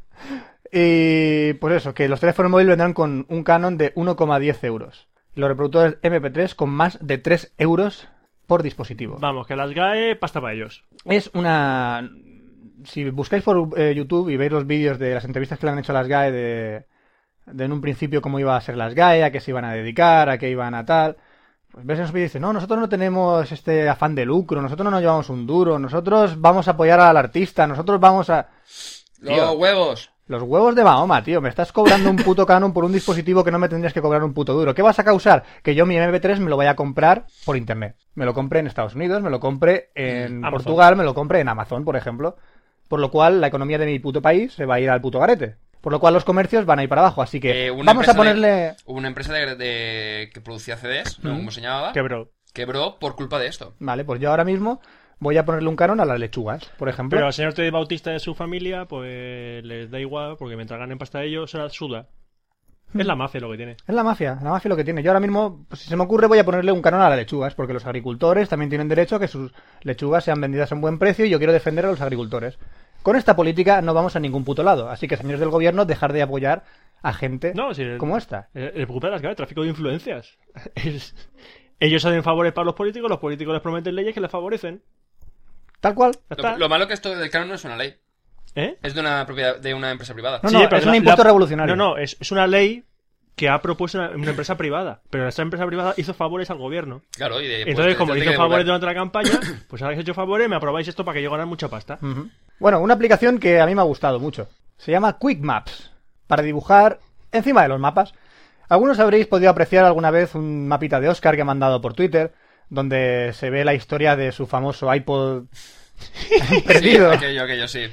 S5: Y pues eso, que los teléfonos móviles vendrán con un canon de 1,10 euros. Los reproductores MP3 con más de 3 euros por dispositivo.
S1: Vamos, que las GAE pasta para ellos.
S5: Es una... Si buscáis por eh, YouTube y veis los vídeos de las entrevistas que le han hecho a las GAE de, de en un principio cómo iba a ser las GAE, a qué se iban a dedicar, a qué iban a tal, pues ves en esos vídeos y dices, no, nosotros no tenemos este afán de lucro, nosotros no nos llevamos un duro, nosotros vamos a apoyar al artista, nosotros vamos a...
S3: Los
S5: Tío.
S3: huevos.
S5: Los huevos de Mahoma, tío. Me estás cobrando un puto canon por un dispositivo que no me tendrías que cobrar un puto duro. ¿Qué vas a causar? Que yo mi MP3 me lo vaya a comprar por internet. Me lo compré en Estados Unidos, me lo compré en
S3: Mm,
S1: Amazon.
S5: Portugal, me lo compré en Amazon, por ejemplo. Por lo cual, la economía de mi puto país se va a ir al puto garete. Por lo cual, los comercios van a ir para abajo. Así que
S3: Eh, una
S5: vamos
S3: empresa
S5: a
S3: de-
S5: ponerle...
S3: Hubo una empresa de, de- que producía CDs, ¿no?
S5: Ujú.
S3: como se
S5: Ah.
S3: llamaba,
S1: Quebró.
S3: quebró por culpa de esto.
S5: Vale, pues yo ahora mismo voy a ponerle un canon a las lechugas, por ejemplo.
S1: Pero al señor Teddy Bautista de su familia, pues les da igual, porque mientras ganen pasta de ellos, se la suda. Es
S5: Hmm.
S1: la mafia lo que tiene.
S5: Es la mafia, la mafia lo que tiene. Yo ahora mismo, pues, si se me ocurre, voy a ponerle un canon a las lechugas, porque los agricultores también tienen derecho a que sus lechugas sean vendidas a un buen precio y yo quiero defender a los agricultores. Con esta política no vamos a ningún puto lado, así que señores del gobierno, dejar de apoyar a gente
S1: No, si el-
S5: como esta.
S1: El, el preocupa de las cabezas, tráfico de influencias. Es- ellos hacen favores para los políticos, los políticos les prometen leyes que les favorecen.
S5: Tal cual.
S1: Ya está.
S3: Lo, lo malo que esto del canon no es una ley,
S1: ¿Eh?
S3: es de una propiedad de una empresa privada.
S5: No, no, es un impuesto revolucionario.
S1: No, no, es, es una ley que ha propuesto una, una empresa privada. Pero esa empresa privada hizo favores al gobierno.
S3: Claro, y de-
S1: Entonces,
S3: pues,
S1: como
S3: te- te
S1: hizo
S3: que
S1: favores
S3: devolver.
S1: durante la campaña, pues habéis hecho favores, me aprobáis esto para que yo ganara mucha pasta.
S5: Ujú. Bueno, una aplicación que a mí me ha gustado mucho. Se llama Quick Maps, para dibujar encima de los mapas. Algunos habréis podido apreciar alguna vez un mapita de Oscar que ha mandado por Twitter, donde se ve la historia de su famoso iPod perdido.
S3: Sí, aquello, aquello, sí.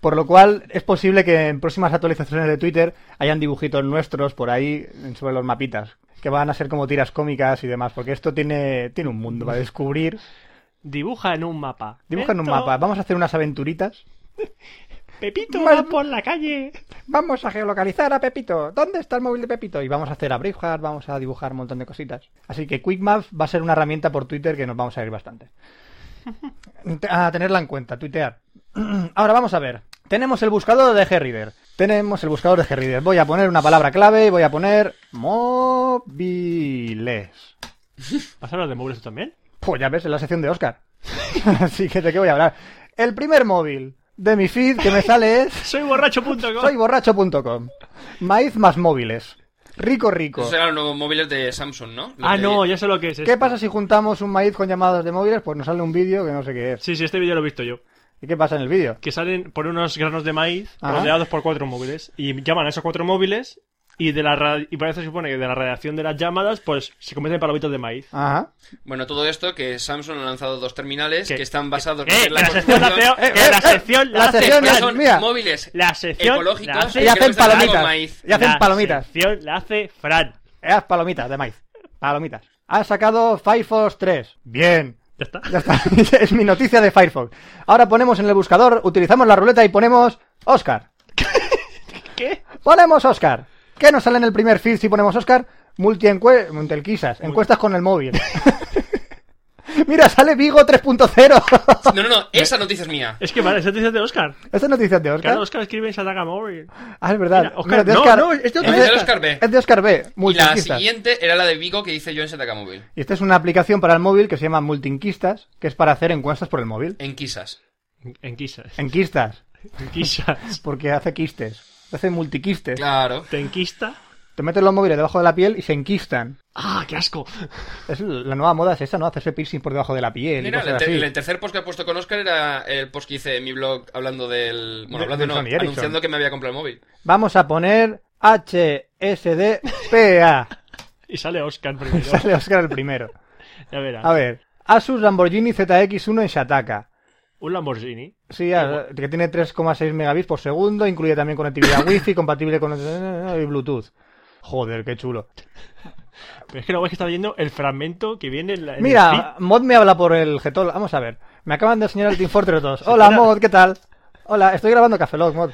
S5: Por lo cual, es posible que en próximas actualizaciones de Twitter hayan dibujitos nuestros por ahí sobre los mapitas, que van a ser como tiras cómicas y demás, porque esto tiene, tiene un mundo para descubrir.
S1: Dibuja en un mapa.
S5: Dibuja en un
S1: Esto,
S5: mapa, vamos a hacer unas aventuritas.
S1: Pepito
S5: Mal-
S1: va por la calle.
S5: Vamos a geolocalizar a Pepito. ¿Dónde está el móvil de Pepito? Y vamos a hacer a Braveheart, vamos a dibujar un montón de cositas. Así que Quick Maps va a ser una herramienta por Twitter que nos vamos a ir bastante. Te- A tenerla en cuenta, tuitear. Ahora vamos a ver. Tenemos el buscador de G-Reader. Tenemos el buscador de G-Reader. Voy a poner una palabra clave y voy a poner móviles.
S1: ¿Vas a hablar de móviles tú también?
S5: Pues ya ves, es la sección de Oscar. Así que de qué voy a hablar. El primer móvil de mi feed que me sale es
S1: Soy borracho.com.
S5: soy borracho.com. Maíz más móviles. Rico, rico.
S3: Esos eran los nuevos móviles de Samsung, ¿no? Los
S1: Ah,
S3: de-
S1: no, ya sé lo que es.
S5: ¿Qué
S1: esto.
S5: pasa si juntamos un maíz con llamadas de móviles? Pues nos sale un vídeo que no sé qué es.
S1: Sí, sí, este vídeo lo he visto yo.
S5: ¿Y qué pasa en el vídeo?
S1: Que salen por unos granos de maíz
S5: Ajá.
S1: rodeados por cuatro móviles. Y llaman a esos cuatro móviles. Y de la ra- y parece se supone que de la radiación de las llamadas, pues se convierten en palomitas de maíz.
S5: Ajá.
S3: Bueno, todo esto que Samsung ha lanzado dos terminales
S1: ¿Qué?
S3: que están basados
S1: ¡Eh!
S3: en
S1: La sección la
S3: construcción-
S1: CEO, eh, la sección
S5: la
S1: la
S5: sección
S3: Pero
S5: es
S1: sección
S3: son
S5: mía.
S3: móviles
S1: la sección
S3: ecológicos
S1: la hace-
S5: Y
S3: que
S5: hacen
S3: no están hechos con
S5: palomitas.
S3: maíz.
S5: Y hacen palomitas. Eh,
S1: La sección la hace Fran.
S5: Haz palomitas de maíz. Palomitas. Ha sacado Firefox 3. Bien.
S1: Ya está.
S5: Ya está. es mi noticia de Firefox. Ahora ponemos en el buscador, utilizamos la ruleta y ponemos Oscar.
S1: ¿Qué?
S5: Ponemos Oscar. ¿Qué nos sale en el primer feed si ponemos Oscar? Multiencuestas, encuestas con el móvil. Mira, sale Vigo 3.0.
S3: No, no, no, esa noticia es mía.
S1: Es que vale, esa noticia es de Oscar.
S5: Esta es noticia de Oscar.
S1: Claro, Oscar escribe en Sadaga Mobile.
S5: Ah, es verdad.
S1: Mira, Oscar,
S5: Mira, de
S1: no,
S5: Oscar-
S1: no, es de otro-
S3: Es de Oscar B.
S5: Es de Oscar B.
S3: Y la
S5: Multienquistas.
S3: siguiente era la de Vigo que hice yo en ZK Móvil.
S5: Y esta es una aplicación para el móvil que se llama Multinquistas, que es para hacer encuestas por el móvil.
S3: En Quisas.
S1: En Quisas.
S5: Enquistas,
S1: En Quisas.
S5: porque hace quistes. Hace multiquistes.
S3: Claro.
S1: Tenquista.
S5: Te metes los móviles debajo de la piel y se enquistan.
S1: ¡Ah, qué asco!
S5: Es la nueva moda es esa, ¿no? Hacerse piercing por debajo de la piel y
S3: Mira, el,
S5: cosas
S3: ter-
S5: así.
S3: el tercer post que ha puesto con Oscar era el post que hice en mi blog hablando del. Bueno,
S5: De-
S3: hablando
S5: del
S3: no,
S5: Sony Ericsson.
S3: anunciando que me había comprado el móvil.
S5: Vamos a poner HSDPA.
S1: Y sale Oscar
S5: Y
S1: primero.
S5: Sale Oscar el primero.
S1: Ya verás.
S5: A ver. Asus Lamborghini ZX1 en Shataka.
S1: Un Lamborghini.
S5: Sí, a- que tiene 3,6 megabits por segundo, incluye también conectividad wifi, compatible con y Bluetooth. Joder, qué chulo.
S1: Pero es que luego es que está viendo el fragmento que viene en la. en el
S5: Mira, Mod me habla por el Getol. Vamos a ver. Me acaban de enseñar el Team Fortress 2. Hola, Mod, ¿qué tal? Hola, estoy grabando Café Lock, Mod.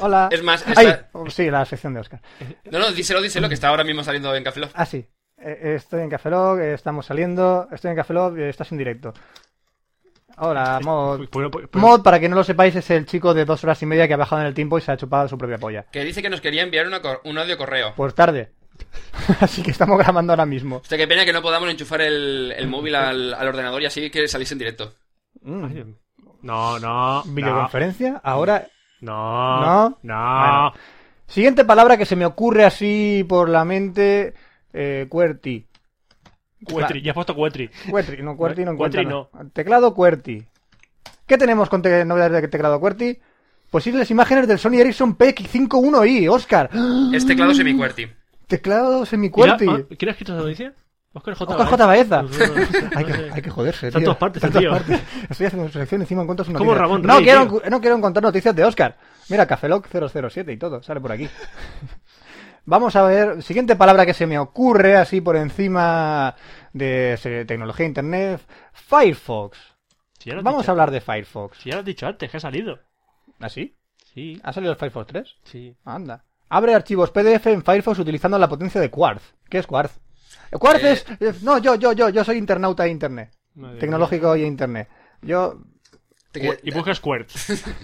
S5: Hola.
S3: Es más,
S5: Ay,
S3: está-
S5: oh, sí, la sección de Oscar.
S3: No, no, díselo, díselo, que está ahora mismo saliendo en Café Lock.
S5: Ah, sí. Eh, Estoy en Café Lock, eh, estamos saliendo. Estoy en Café Lock, eh, estás en directo. Hola, Mod.
S1: feed. Pues- pues- pues-
S5: Mod, para que no lo sepáis, es el chico de dos horas y media que ha bajado en el tiempo y se ha chupado su propia polla.
S3: Que dice que nos quería enviar una cor- un audio correo.
S5: Pues tarde. Así que estamos grabando ahora mismo.
S3: Hostia, qué pena que no podamos enchufar el, el móvil al, al ordenador y así que salís en directo.
S1: No, no. No.
S5: Videoconferencia. Ahora,
S1: No.
S5: No.
S1: No.
S5: Bueno. siguiente palabra que se me ocurre así por la mente. Eh, QWERTY.
S1: Cuetri. Ya has puesto Cuetri.
S5: QWERTY, no, QWERTY no
S1: QWERTY
S5: encuentra. Teclado QWERTY. ¿Qué tenemos con te- novedades de teclado QWERTY? Posibles imágenes del Sony Ericsson PX51i, Oscar.
S3: Es teclado semicuerti.
S5: Teclado semicuerti.
S7: Mira, ah, ¿Quién ha escrito esa noticia? Oscar J.
S5: Oscar J. Baeza.
S7: No sé, no sé.
S5: Hay que, hay que joderse,
S7: Está en
S5: tío.
S7: todas partes,
S5: Está en todas
S7: tío.
S5: partes. Estoy haciendo selección encima en cuanto
S7: Como Ramón
S5: No,
S7: Rey,
S5: quiero,
S7: tío.
S5: no quiero encontrar noticias de Oscar. Mira, Cafeloc 007 y todo, sale por aquí. Vamos a ver, siguiente palabra que se me ocurre así por encima de se- tecnología e internet, Firefox.
S7: Si ya lo has
S5: Vamos
S7: dicho-
S5: a hablar de Firefox. ¿Ah,
S7: Si ya lo has dicho antes, que ha salido.
S5: ¿Así?
S7: Sí,
S5: ¿Ha salido el Firefox 3?
S7: sí.
S5: Anda. Abre archivos PDF en Firefox utilizando la potencia de Quartz. ¿Qué es Quartz? Eh, Quartz
S3: Eh,
S5: es... eh, No, yo, yo, yo, yo soy internauta de Internet.
S7: Madre
S5: Tecnológico y Internet. Yo...
S3: Te-
S7: Y buscas Quert.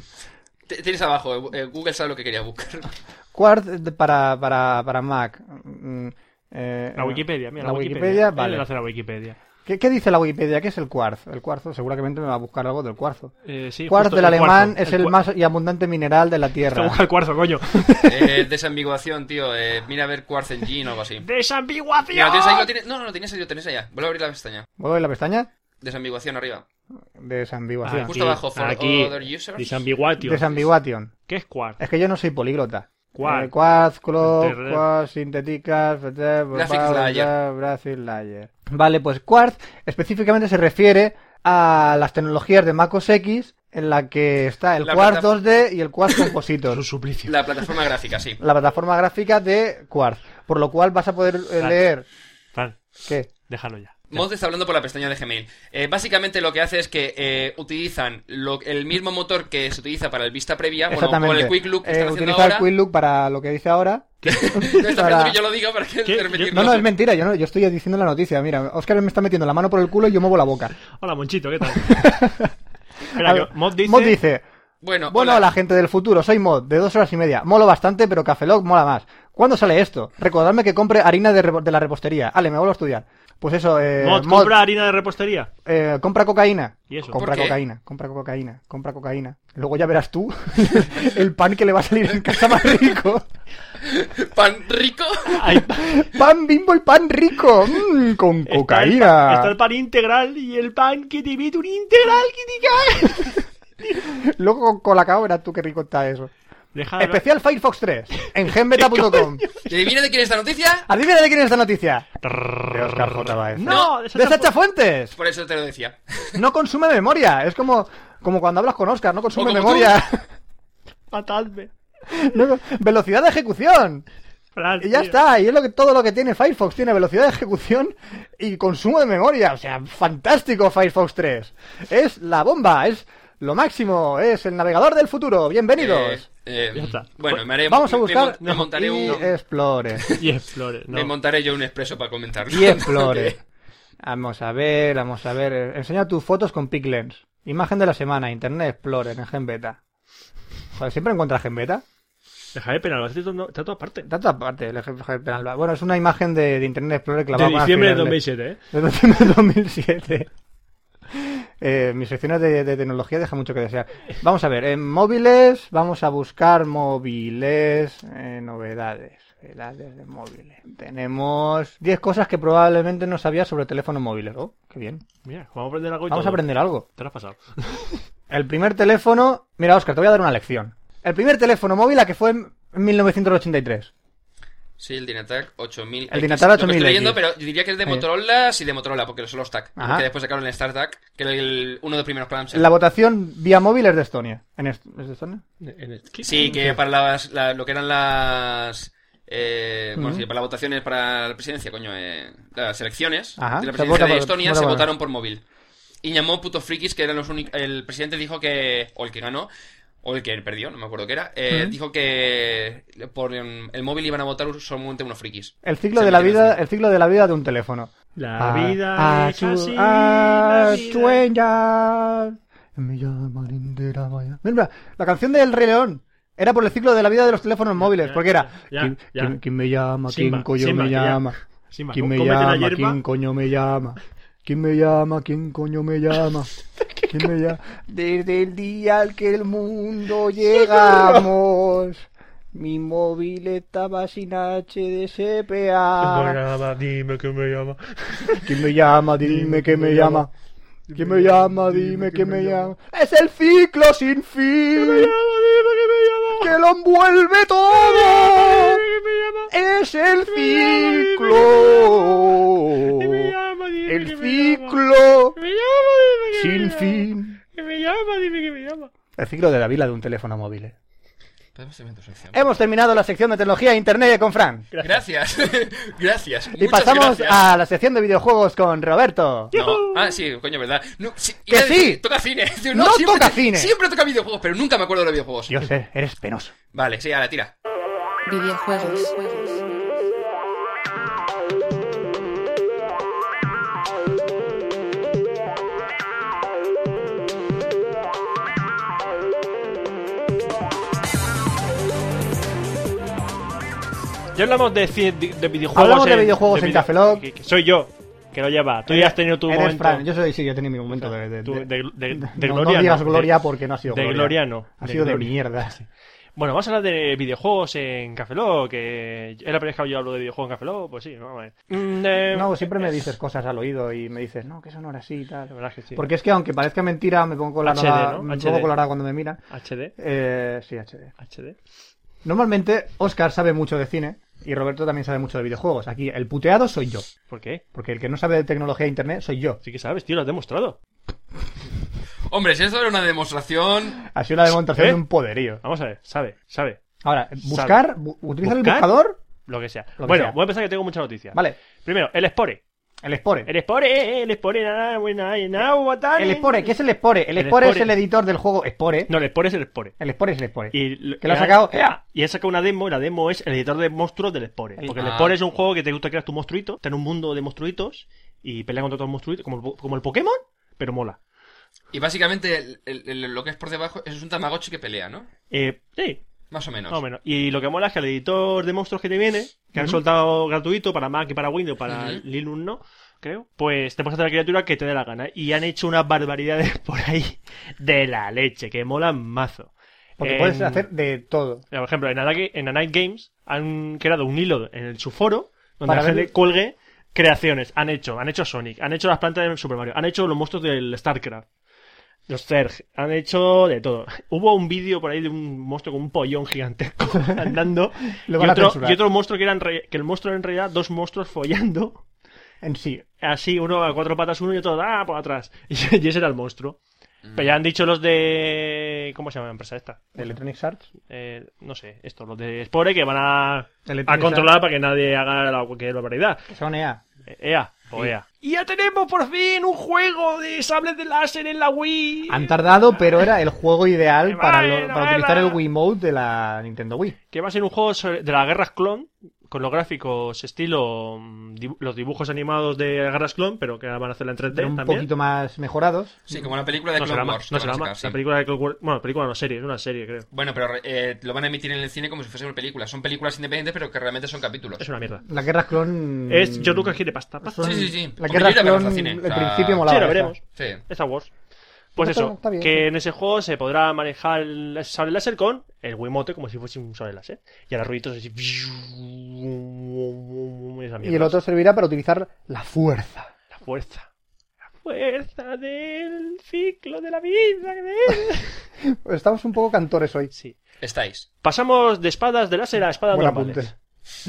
S3: te- Tienes abajo, eh, Google sabe lo que quería buscar.
S5: Quartz eh, para, para, para Mac. Mm, eh,
S7: La Wikipedia, mira, la, Wikipedia.
S5: Wikipedia,
S7: Ahí
S5: vale.
S7: enlace a la Wikipedia.
S5: ¿Qué, qué dice la Wikipedia? ¿Qué es el cuarzo? El cuarzo, seguramente me va a buscar algo del cuarzo.
S7: Eh, sí,
S5: Cuarzo
S7: justo,
S5: del
S7: el
S5: alemán
S7: cuarzo,
S5: es el,
S7: cua-
S5: más y abundante mineral de la
S7: Te
S5: Tierra.
S7: busca el cuarzo, coño.
S3: Eh, desambiguación, tío. eh, mira a ver Quartz Engine o algo así. Mira, ¿lo
S7: ¡Desambiguación!
S3: tienes ahí? ¿Lo tienes? No, no, lo tenías ahí, lo tenías allá. Vuelve a abrir la pestaña.
S5: ¿Muevo la pestaña?
S3: Desambiguación arriba.
S5: Desambiguación.
S3: Justo abajo, for
S7: aquí,
S3: other users.
S7: Disambiguatio.
S5: Desambiguation.
S7: ¿Qué es Quart?
S5: Es que yo no soy políglota.
S7: Quartz.
S5: Eh, Quartz, Clock,
S7: Internet.
S5: Quartz, Sintéticas,
S3: Graphics Layer.
S5: Graphics Layer. Vale, pues Quartz específicamente se refiere a las tecnologías de MacOS X en la que está el
S3: La
S5: Quartz
S3: plata-
S5: 2D y el Quartz Compositor.
S7: suplicio.
S3: La plataforma gráfica, sí.
S5: la plataforma gráfica de Quartz. Por lo cual vas a poder eh,
S7: Claro.
S5: leer.
S7: Fran,
S5: ¿Qué?
S7: déjalo ya.
S3: Moz está hablando por la pestaña de Gmail. Eh, básicamente lo que hace es que eh, utilizan lo- el mismo motor que se utiliza para el vista previa, bueno, con el Quick Look que
S5: Eh,
S3: están haciendo
S5: utiliza
S3: ahora.
S5: el Quick Look para lo que dice ahora.
S3: No, está
S5: para-
S3: haciendo que yo lo diga para que
S7: ¿Qué?
S5: No, no, es mentira, yo, no, yo estoy diciendo la noticia. Mira, Oscar me está metiendo la mano por el culo y yo muevo la boca.
S7: Hola, Monchito, ¿qué tal?
S5: A
S7: Espera,
S5: ver,
S7: que Mod dice...
S5: Mod dice,
S3: Bueno,
S5: Bueno,
S3: Ah, hola.
S5: la gente del futuro, soy Mod, de dos horas y media. Molo bastante, pero Cafelog mola más. ¿Cuándo sale esto? Recordadme que compre harina de, repo- de la repostería. Ale, me vuelvo a estudiar. Pues eso, eh,
S7: Mod, compra harina de repostería.
S5: eh, compra cocaína.
S7: ¿Y eso?
S5: Compra
S3: ¿Por qué?
S5: cocaína, compra cocaína, compra cocaína. Luego ya verás tú el pan que le va a salir en casa más rico.
S3: pan rico.
S7: Hay-
S5: Pan bimbo y pan rico. mm, con
S7: está el pan- Está el
S5: cocaína.
S7: pan integral y el pan que te mete un integral que te cae.
S5: Luego con colacao verás tú qué rico está eso.
S7: Deja de hablar.
S5: Especial Firefox 3 en genbeta.com.
S3: ¿Y adivina de quién es la noticia?
S5: Adivina de quién es esta noticia. De Oscar J. Baez.
S7: No,
S5: de
S7: de
S5: Sacha,
S7: Sacha
S5: Fuentes.
S3: Por eso te lo decía.
S5: No consume memoria. Es como, como cuando hablas con Oscar, no consume
S3: O como
S5: memoria.
S7: Matadme.
S5: No, velocidad de ejecución.
S7: Fran,
S5: Y ya
S7: tío.
S5: está. Y es lo que todo lo que tiene Firefox. Tiene velocidad de ejecución y consumo de memoria. O sea, fantástico Firefox 3. Es la bomba, es lo máximo, es el navegador del futuro. Bienvenidos.
S3: Eh, eh,
S7: Ya está.
S3: Bueno, me haré,
S5: Vamos a
S3: me- me
S5: buscar
S3: mon- Me, montaré
S5: y
S3: un.
S5: explore.
S7: Y explore. No.
S3: Me montaré yo un expreso para comentarlo.
S5: Y explore. Vamos a ver, vamos a ver. Eh, Enseña tus fotos con PicLens. Imagen de la semana, Internet Explorer en GenBeta. Joder, siempre encuentras GenBeta.
S7: Deja de penal, está todo- está todo aparte.
S5: Tanto aparte, el eje- eje- penal. Bueno, es una imagen de, de Internet Explorer
S7: De
S5: clavada. con las
S7: diciembre de
S5: finales
S7: 2007, ¿eh?
S5: de diciembre de 2007. Eh, mis secciones de, de tecnología dejan mucho que desear. Vamos a ver, en móviles, vamos a buscar móviles, eh, novedades, novedades de móviles. Tenemos 10 cosas que probablemente no sabías sobre teléfonos móviles. Oh, qué bien.
S7: Mira, vamos a aprender algo y
S5: Vamos a
S7: todo.
S5: aprender algo.
S7: Te lo has pasado.
S5: El primer teléfono, mira Oscar, te voy a dar una lección. El primer teléfono móvil a que fue en 1983.
S3: Sí, el Dynatac 8000.
S5: El Dynatac 8000X.
S3: Lo que estoy leyendo, pero yo diría que es de
S5: Ahí.
S3: Motorola, sí, de Motorola, porque son los TAC.
S5: Ajá.
S3: Porque después sacaron el StarTAC, que era el, uno de los primeros plans.
S5: La votación vía móvil es de Estonia. ¿En est- ¿Es de Estonia?
S7: En el- ¿qué?
S3: Sí, que para las, la- lo que eran las. Eh, bueno,
S5: Ujú.
S3: sí, para las votaciones para la presidencia, coño, eh, las elecciones
S5: Ajá,
S3: de la
S5: se
S3: presidencia
S5: vota
S3: de
S5: por-
S3: Estonia
S5: vota
S3: se
S5: por-
S3: votaron por móvil. Y llamó putos frikis, que eran los únicos. El presidente dijo que. O el que ganó, o el que perdió, no me acuerdo qué era. eh, Dijo que por mm, el móvil iban a votar solamente unos frikis.
S5: El ciclo
S3: Se
S5: de la
S3: metieron
S5: vida,
S3: así.
S5: el ciclo de la vida de un teléfono.
S7: La
S5: Ah,
S7: vida
S5: ah,
S7: es
S5: su-
S7: así,
S5: ah,
S7: la vida-
S5: sueña. Me llama lindera, vaya. Mira, la canción del Rey León era por el ciclo de la vida de los teléfonos móviles,
S7: ya,
S5: porque era
S7: ya,
S5: ¿quién,
S7: ya.
S5: quién- quién me llama? ¿Quién
S7: Simba,
S5: coño
S7: Simba,
S5: me
S7: que ya.
S5: llama?
S7: Sí, ma,
S5: ¿Quién me
S7: cómete la
S5: llama?
S7: hierba.
S5: ¿Quién coño me llama? ¿Quién me llama? ¿Quién coño me llama? ¿Quién me llama? Desde el día al que el mundo llegamos. Mi móvil estaba sin HDCPA.
S7: dime que me llama.
S5: ¿Quién me llama? Dime que me llama. ¿Quién me llama? Dime que me llama. Es el ciclo sin fin. que lo envuelve todo. Es el ciclo. El ciclo sin fin. El ciclo de la vida de un teléfono móvil. eh.
S3: Podemos terminar tu sección.
S5: Hemos terminado la sección de tecnología e internet con Fran.
S3: Gracias. gracias.
S5: Y
S3: Muchas
S5: pasamos
S3: gracias.
S5: a la sección de videojuegos con Roberto.
S3: No. Ah, sí, coño, verdad. No, sí,
S5: ¡Que
S3: iba a decir,
S5: sí!
S3: Toca cine. Digo,
S5: ¡No
S3: siempre
S5: toca
S3: te-
S5: cine!
S3: Siempre toca videojuegos, pero nunca me acuerdo de los videojuegos.
S5: Yo sé, eres penoso.
S3: Vale, sí, ahora tira.
S4: Videojuegos.
S1: Ya hablamos de, ci- de- de videojuegos.
S5: Hablamos de videojuegos en Café Lock.
S1: que- que soy yo, que lo lleva. Tú ya has tenido tu
S5: eres
S1: momento.
S5: Fran. Yo soy, sí, yo he tenido mi momento de, de-
S1: Tú-
S5: de-
S1: de- de- de
S5: no-
S1: gloria,
S5: No digas
S1: no, de-
S5: gloria porque no ha sido
S1: de
S5: gloria.
S1: gloria no,
S5: Ha
S1: de
S5: sido de
S1: gloria.
S5: mierda.
S1: Bueno, vamos a hablar de videojuegos en Café Lock, que es la primera vez que yo hablo de videojuegos en Café Lock, pues sí, vamos a ver. Mm, eh,
S5: No, siempre me dices cosas al oído y me dices, no, que eso no era así y tal.
S1: La verdad es que sí.
S5: Porque es que aunque parezca mentira, me pongo colorada,
S1: HD, ¿no?
S5: me
S1: HD.
S5: pongo colorada cuando me miran.
S1: HD,
S5: Eh, sí, HD.
S1: HD.
S5: Normalmente Oscar sabe mucho de cine y Roberto también sabe mucho de videojuegos. Aquí el puteado soy yo,
S1: ¿Por qué?
S5: porque el que no sabe de tecnología e internet soy yo.
S1: Sí que sabes, tío, lo has demostrado.
S3: Hombre, si eso era una demostración.
S5: Ha sido una demostración
S1: ¿Eh?
S5: de un poderío.
S1: Vamos a ver, sabe, sabe,
S5: Ahora, buscar, bu- utilizar
S1: ¿Buscar?
S5: el buscador,
S1: lo que sea.
S5: Lo que
S1: bueno,
S5: sea.
S1: voy a pensar que tengo muchas noticias.
S5: vale,
S1: Primero, el Spore.
S5: el Spore.
S1: El Spore, eh, el Spore, nada, buena, nada, guatán.
S5: El Spore, ¿qué es el Spore? El,
S1: El
S5: Spore, es
S1: Spore.
S5: el editor del juego Spore.
S1: No, el Spore es el Spore.
S5: El Spore es el Spore.
S1: Y lo-
S5: Que lo ha
S1: y
S5: sacado- ¡Ea!
S1: Y ha sacado una demo, y la demo es el editor de monstruos del Spore.
S5: El-
S1: Porque el
S3: Ah.
S1: Spore es un juego que te gusta crear tu monstruito, está en un mundo de monstruitos y pelea contra otros monstruitos, como, el po- como el Pokémon, pero mola.
S3: Y básicamente el- el- el- lo que es por debajo es un Tamagotchi que pelea, ¿no?
S1: Eh, sí,
S3: Más o menos.
S1: más o menos. Y lo que mola es que el editor de monstruos que te viene, que han soltado gratuito para Mac y para Windows, para
S3: Ujú.
S1: Linux no, creo, pues te puedes hacer la criatura que te dé la gana. Y han hecho unas barbaridades por ahí de la leche, que molan mazo. Em,
S5: Porque
S1: En-
S5: puedes hacer de todo.
S1: Mira, Por ejemplo, en, Ana- en A Night Games han creado un hilo en el- su foro donde
S5: Para
S1: la gente
S5: ver-
S1: cuelgue creaciones. Han hecho, han hecho Sonic, han hecho las plantas del Super Mario, han hecho los monstruos del StarCraft, los Zerg, han hecho de todo. Hubo un vídeo por ahí de un monstruo con un pollón gigantesco andando y,
S5: Lo van a
S1: otro,
S5: censurar.
S1: y otro monstruo que, eran re- que el monstruo era en realidad dos monstruos follando.
S5: En sí.
S1: Así, uno a cuatro patas uno y otro ah, por atrás. Y ese era el monstruo. Pero ya han dicho los de... ¿Cómo se llama la empresa esta?
S5: Electronic Arts.
S1: eh, no sé, esto, los de Spore que van a, a
S5: Electronic
S1: controlar para que nadie haga la, cualquier barbaridad.
S5: Arts, Son EA.
S1: Eh, EA o EA. Y ya tenemos por fin un juego de sables de láser en la Wii.
S5: Han tardado, pero era el juego ideal
S1: Que
S5: para,
S1: vale,
S5: lo-
S1: no
S5: para
S1: vale.
S5: utilizar el Wiimote de la Nintendo Wii.
S1: Que va a ser un juego sobre- de las guerras clon, con los gráficos estilo mm, dibu- los dibujos animados de guerras clon, pero que ahora van a hacer la
S5: Pero
S1: 3D
S5: un
S1: también.
S5: poquito más mejorados.
S3: Sí, como la película de
S1: no
S3: Clone
S1: será
S3: Wars.
S1: más, no
S3: que
S1: será
S3: van a
S1: más.
S3: sacar,
S1: La
S3: sí.
S1: película de Clone Wars- bueno, película no serie, es una serie creo.
S3: Bueno, pero eh, lo van a emitir en el cine como si fuese una película. Son películas independientes, pero que realmente son capítulos.
S1: Es una mierda.
S5: La Guerra Clon.
S1: Es yo Lucas quiere pasta. pasta.
S5: Mm. Son-
S3: Sí, sí, sí.
S5: La
S3: Hombre, yo
S5: Guerra
S3: iría a verlas al
S5: Clon,
S3: cine,
S5: el
S3: o sea,
S5: principio molaba.
S1: Sí, lo
S5: esa.
S1: veremos.
S3: Sí.
S1: Star Wars. Pues
S5: Está-
S1: eso,
S5: está bien, sí.
S1: que en ese juego se podrá manejar el sable láser con el Wiimote como si fuese un sable láser. Y ahora ruiditos así. esa
S5: Y el
S1: mierda.
S5: otro servirá para utilizar la fuerza.
S1: La fuerza. La fuerza del ciclo de la vida. que es.
S5: Estamos un poco cantores hoy.
S1: Sí.
S3: Estáis.
S1: Pasamos de espadas de láser a espadas
S5: Buen
S1: normales.
S5: apunte.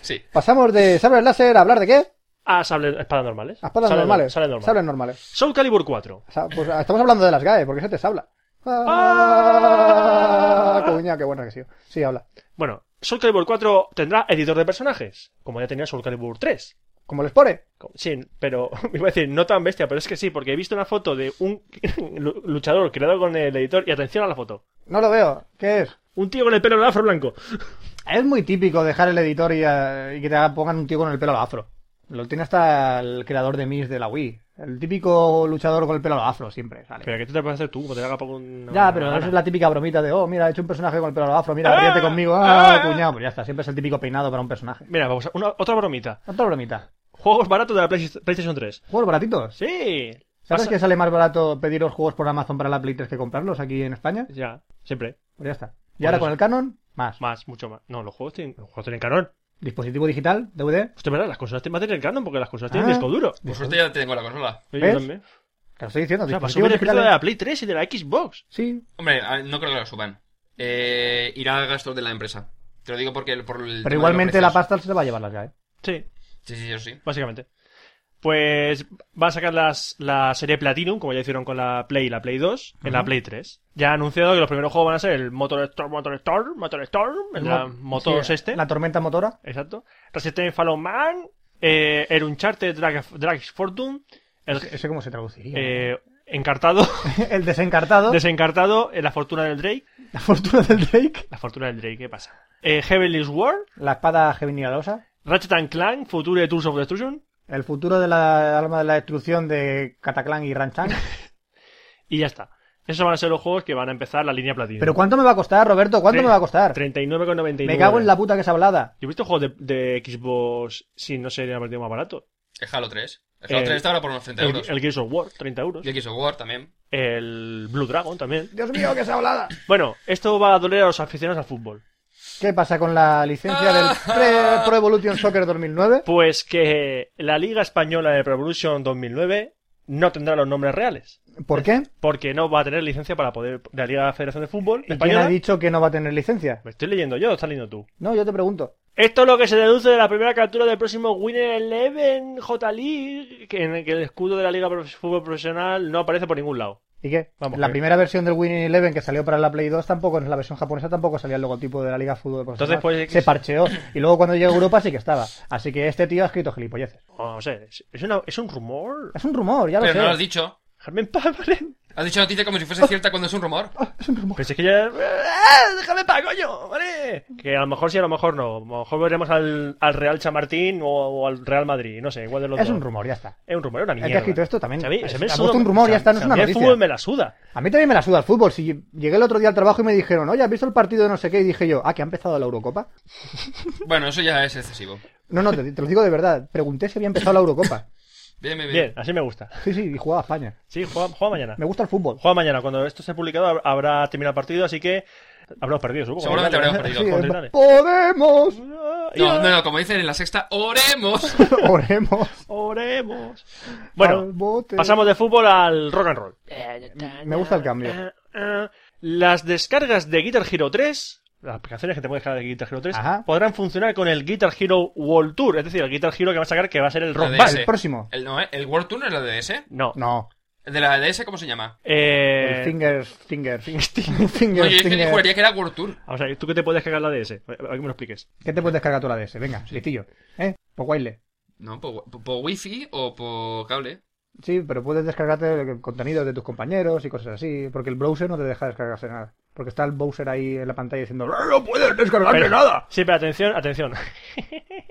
S3: Sí.
S5: Pasamos de sables láser a hablar de qué?
S1: A sable- espadas normales.
S5: A espadas
S1: Sable-
S5: normales.
S1: Sable normal.
S5: Sables normales.
S1: Soul Calibur 4.
S5: O sea, pues, ah, estamos hablando de las GAE, porque eso te habla.
S1: Ah.
S5: Ah, coña, qué buena que sí. Sí, habla.
S1: Bueno, Soul Calibur 4 tendrá editor de personajes, como ya tenía Soul Calibur 3.
S5: Como el Spore.
S1: Sí, pero iba a decir, no tan bestia, pero es que sí, porque he visto una foto de un lu- luchador creado con el editor y atención a la foto.
S5: No lo veo. ¿Qué es?
S1: Un tío con el pelo afro blanco.
S5: Es muy típico dejar el editor y, eh, y que te haga- pongan un tío con el pelo al afro. Lo tiene hasta el creador de Mis de la Wii. El típico luchador con el pelo al afro siempre sale.
S1: Pero que tú te puedes hacer tú, como te haga poco una-
S5: ya, pero
S1: una
S5: eso es
S1: gana.
S5: la típica bromita de, oh, mira, he hecho un personaje con el pelo al afro, mira, ríete conmigo,
S1: Ah.
S5: ah, cuñado. Pues ya está, siempre es el típico peinado para un personaje.
S1: Mira, vamos a... una- otra bromita.
S5: Otra bromita.
S1: Juegos baratos de la Play- PlayStation 3.
S5: Juegos baratitos.
S1: Sí.
S5: ¿Sabes
S1: Pasa-
S5: que sale más barato pedir los juegos por Amazon para la Play 3 que comprarlos aquí en España?
S1: Ya, siempre.
S5: Pues ya está. Y
S1: Por
S5: ahora
S1: eso.
S5: con el Canon, más.
S1: Más, mucho más. No, los juegos tienen, los juegos tienen canon.
S5: Dispositivo digital, DVD.
S1: Usted verdad, las consolas tienen tienen canon porque las consolas tienen
S5: Ah.
S1: disco duro.
S3: Por suerte Pues ya tengo la consola.
S1: Yo
S5: ¿Ves?
S1: también.
S5: Te lo estoy diciendo,
S1: O sea, para
S5: dispositivos
S1: subir el precio de
S5: digitales.
S1: la Play 3 y de la Xbox.
S5: Sí,
S3: Hombre, a- ah, no creo que lo suban. eh, irá a gastos de la empresa. Te lo digo porque el- por el tema de
S5: Pero
S3: los
S5: igualmente la
S3: precios.
S5: pasta se la va a llevar la ¿eh? GAE.
S1: Sí,
S3: Sí, sí, yo sí.
S1: básicamente. Pues va a sacar las, la serie Platinum, como ya hicieron con la Play y la Play 2, en la Play 3. Ya ha anunciado que los primeros juegos van a ser el Motor Storm, Motor Storm, Motor Storm, el
S5: Mo-
S1: Motor
S5: sí,
S1: este.
S5: La tormenta motora.
S1: Exacto. Resistance Fallow Man, eh, el Uncharted Drag, Drax Fortune, el,
S5: ¿Eso cómo se traduciría?
S1: eh, Encartado,
S5: El desencartado.
S1: Desencartado, eh, La Fortuna del Drake.
S5: La fortuna del Drake.
S1: La Fortuna del Drake, ¿qué pasa? Eh, Heavenly's War,
S5: La espada geminialosa.
S1: Ratchet and Clank, Future Tools of Destruction.
S5: El futuro de la arma de la destrucción de Cataclán y Ranchan.
S1: Y ya está. Esos van a ser los juegos que van a empezar la línea Platinum.
S5: ¿Pero cuánto me va a costar, Roberto? ¿Cuánto
S1: Tre-
S5: me va a costar?
S1: 39,99.
S5: Me cago en la puta que es hablada.
S1: Yo he visto juegos de, de Xbox, si no sería partido más barato.
S3: El Halo 3. El Halo
S1: Eh,
S3: 3 está ahora por unos 30
S1: El,
S3: euros.
S1: el Gears of War, 30 euros.
S3: Y el Gears of War también.
S1: El Blue Dragon también.
S5: Dios mío, que es hablada.
S1: Bueno, esto va a doler a los aficionados al fútbol.
S5: ¿Qué pasa con la licencia del Pre- Pro Evolution Soccer 2009?
S1: Pues que la Liga Española de Pro Evolution 2009 no tendrá los nombres reales.
S5: ¿Por qué?
S1: Porque no va a tener licencia para poder. La Liga Federación de Fútbol
S5: ¿Y quién
S1: Española.
S5: ha dicho que no va a tener licencia?
S1: Me estoy leyendo yo, o estás leyendo tú.
S5: No, yo te pregunto.
S1: Esto es lo que se deduce de la primera captura del próximo Winner Eleven J League, que en el que el escudo de la Liga de Fútbol Profesional no aparece por ningún lado.
S5: ¿Y qué?
S1: Vamos,
S5: la
S1: que-
S5: primera versión del Winning Eleven que salió para la Play 2 tampoco, en la versión japonesa tampoco salía el logotipo de la Liga de Fútbol Profesional.
S1: Entonces, pues,
S5: Se parcheó. Y luego cuando llegó a Europa sí que estaba. Así que este tío ha escrito gilipolleces.
S1: O no sé, es- es, una- es un rumor.
S5: Es un rumor, ya lo
S3: Pero no lo has
S5: sé.
S3: dicho.
S1: Dejarme en paz, ¿vale?
S3: Has dicho noticia como si fuese cierta cuando es un rumor.
S1: Pues es que ya. ¡Ah! ¡Déjame en paz, coño! ¿Vale? Que a lo mejor sí, a lo mejor no. A lo mejor veremos al, al Real Chamartín o, o al Real Madrid. No sé, igual de los
S5: Es
S1: dos.
S5: un rumor, ya está.
S1: Es un rumor, es una
S5: El que
S1: mierda.
S5: ha escrito esto también.
S1: Si a mí-
S5: Es-
S1: si a mí el
S5: ha
S1: suda-
S5: puesto un rumor, ya está, no es
S1: si a
S5: una
S1: mí el
S5: noticia.
S1: fútbol me la suda.
S5: A mí también me la suda el fútbol. Si llegué el otro día al trabajo y me dijeron, oye, ¿has visto el partido de no sé qué? Y dije yo, ah, que ha empezado la Eurocopa.
S3: Bueno, eso ya es excesivo.
S5: No, no, te, te lo digo de verdad. Pregunté si había empezado la Eurocopa.
S3: Bien, bien, bien.
S1: Bien, así me gusta.
S5: Sí, sí, y jugaba a España.
S1: Sí, juega, juega mañana.
S5: Me gusta el fútbol.
S1: Juega mañana. Cuando esto esté publicado hab- habrá terminado el partido, así que habremos perdido, supongo.
S3: Seguramente
S1: Vale,
S3: habremos
S1: vale.
S5: Sí,
S3: perdido.
S1: Con
S5: eh,
S1: Italia.
S5: ¡Podemos!
S3: No, no, no, como dicen en la sexta, oremos.
S5: Oremos.
S1: Oremos.
S5: Al
S1: Bueno,
S5: bote.
S1: pasamos de fútbol al rock and roll.
S5: Me gusta el cambio.
S1: Eh, eh, Las descargas de Guitar Hero 3, las aplicaciones que te puedes descargar de Guitar Hero 3,
S5: Ajá.
S1: podrán funcionar con el Guitar Hero World Tour, es decir, el Guitar Hero que va a sacar que va a ser el rock
S3: DS.
S1: band.
S5: El próximo.
S3: El, no, ¿eh? ¿El World Tour no es la DS?
S1: No.
S5: No.
S3: ¿El de la DS cómo se llama?
S1: Eh,
S5: El fingers, fingers, fingers,
S3: No, yo es que
S5: fingers.
S3: juraría que era World Tour.
S1: Vamos a ver, ¿tú qué te puedes descargar la DS? A ver, que me lo expliques.
S5: ¿Qué te puedes descargar tú la DS? Venga, listillo. ¿Eh? Pues guayle.
S3: No, por, por wifi o por cable.
S5: Sí, pero puedes descargarte el contenido de tus compañeros y cosas así, porque el browser no te deja descargarse nada. Porque está el browser ahí en la pantalla diciendo ¡No puedes descargarme
S1: Pero-
S5: nada!
S1: Sí, pero atención, atención.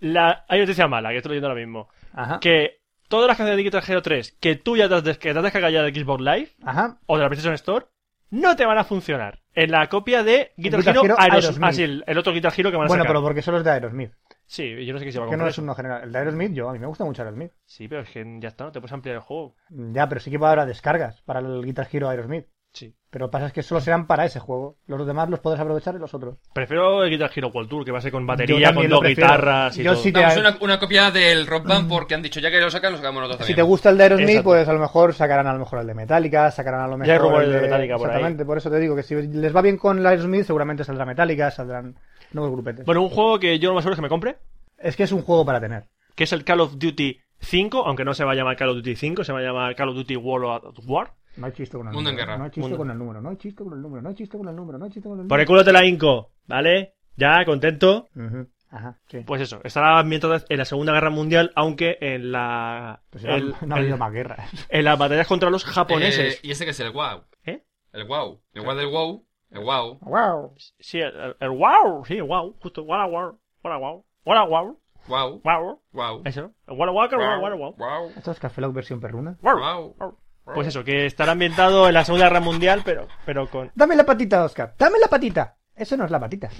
S1: La- Hay noticia mala, que estoy leyendo ahora mismo.
S5: Ajá.
S1: Que todas las canciones de Guitar Hero 3 que tú ya te has, des- que te has descargado ya de Xbox Live
S5: Ajá.
S1: o de la PlayStation Store no te van a funcionar en la copia de Guitar,
S5: Guitar
S1: Hero,
S5: Hero
S1: Aeros-
S5: Aerosmith.
S1: ah, sí, el, el otro Guitar Hero que van a
S5: Bueno,
S1: sacar.
S5: pero porque solo es de Aerosmith.
S1: Sí, yo no sé qué se va a
S5: Que
S1: comprar.
S5: no es
S1: eso.
S5: uno general. El de Aerosmith, yo, a mí me gusta mucho Aerosmith.
S1: Sí, pero es que ya está, no te puedes ampliar el juego.
S5: Ya, pero sí que va a haber descargas para el Guitar Hero Aerosmith.
S1: Sí.
S5: Pero lo que pasa es que solo serán para ese juego. Los demás los podrás aprovechar y los otros.
S1: Prefiero el Guitar Hero World Tour, que va a ser con
S5: Yo
S1: batería,
S5: también
S1: con
S5: lo
S1: dos
S5: prefiero.
S1: guitarras y
S5: Yo
S1: todo.
S5: sí-
S3: Vamos,
S5: hay-
S3: una, una copia del Rock Band porque han dicho, ya que lo sacan, lo sacamos nosotros
S5: Si
S3: también.
S5: te gusta el de Aerosmith,
S1: Exacto.
S5: pues a lo mejor sacarán a lo mejor el de Metallica, sacarán a lo mejor
S1: hay rumores
S5: el
S1: de Metallica por ahí.
S5: Exactamente, por eso te digo que si les va bien con el Aerosmith, seguramente saldrá Metallica, saldrán nuevos grupetes.
S1: Bueno, un juego que yo lo más seguro es que me compre,
S5: Es que es un juego para tener.
S1: que es el Call of Duty 5, aunque no se va a llamar Call of Duty 5, se va a llamar Call of Duty World at War.
S5: No hay chiste con el
S3: Mundo en
S5: número.
S3: guerra.
S5: No hay chiste
S1: Mundo.
S5: con el número, no hay chiste con el número, no hay chiste con el número, no hay chiste con el
S1: Por el culo
S5: número.
S1: te la inco, ¿vale? Ya, contento.
S5: Ujú, Ajá, sí.
S1: Pues eso, estará ambientada en la Segunda Guerra Mundial, aunque en la...
S5: Pues ya
S1: el-
S5: no ha habido
S1: el-
S5: más guerras.
S1: en las batallas contra los
S3: Eh,
S1: japoneses.
S3: y ese que es el wow.
S1: ¿Eh?
S3: El wow. El wow del wow. El wow.
S5: ¡Wow!
S1: Sí, el, el- el wow, sí, wow, justo, wow, wow, wow, wow, wow, wow,
S3: Wow.
S1: wow,
S3: Wow.
S1: eso, wow, wow, wow, wow, wow.
S3: Wow.
S5: ¿Esto es Café Lock versión perruna?
S1: wow.
S3: Wow.
S1: Pues eso, que estará ambientado en la Segunda Guerra Mundial, pero, pero con...
S5: ¡Dame la patita, Oscar! ¡Dame la patita! Eso no es la patita.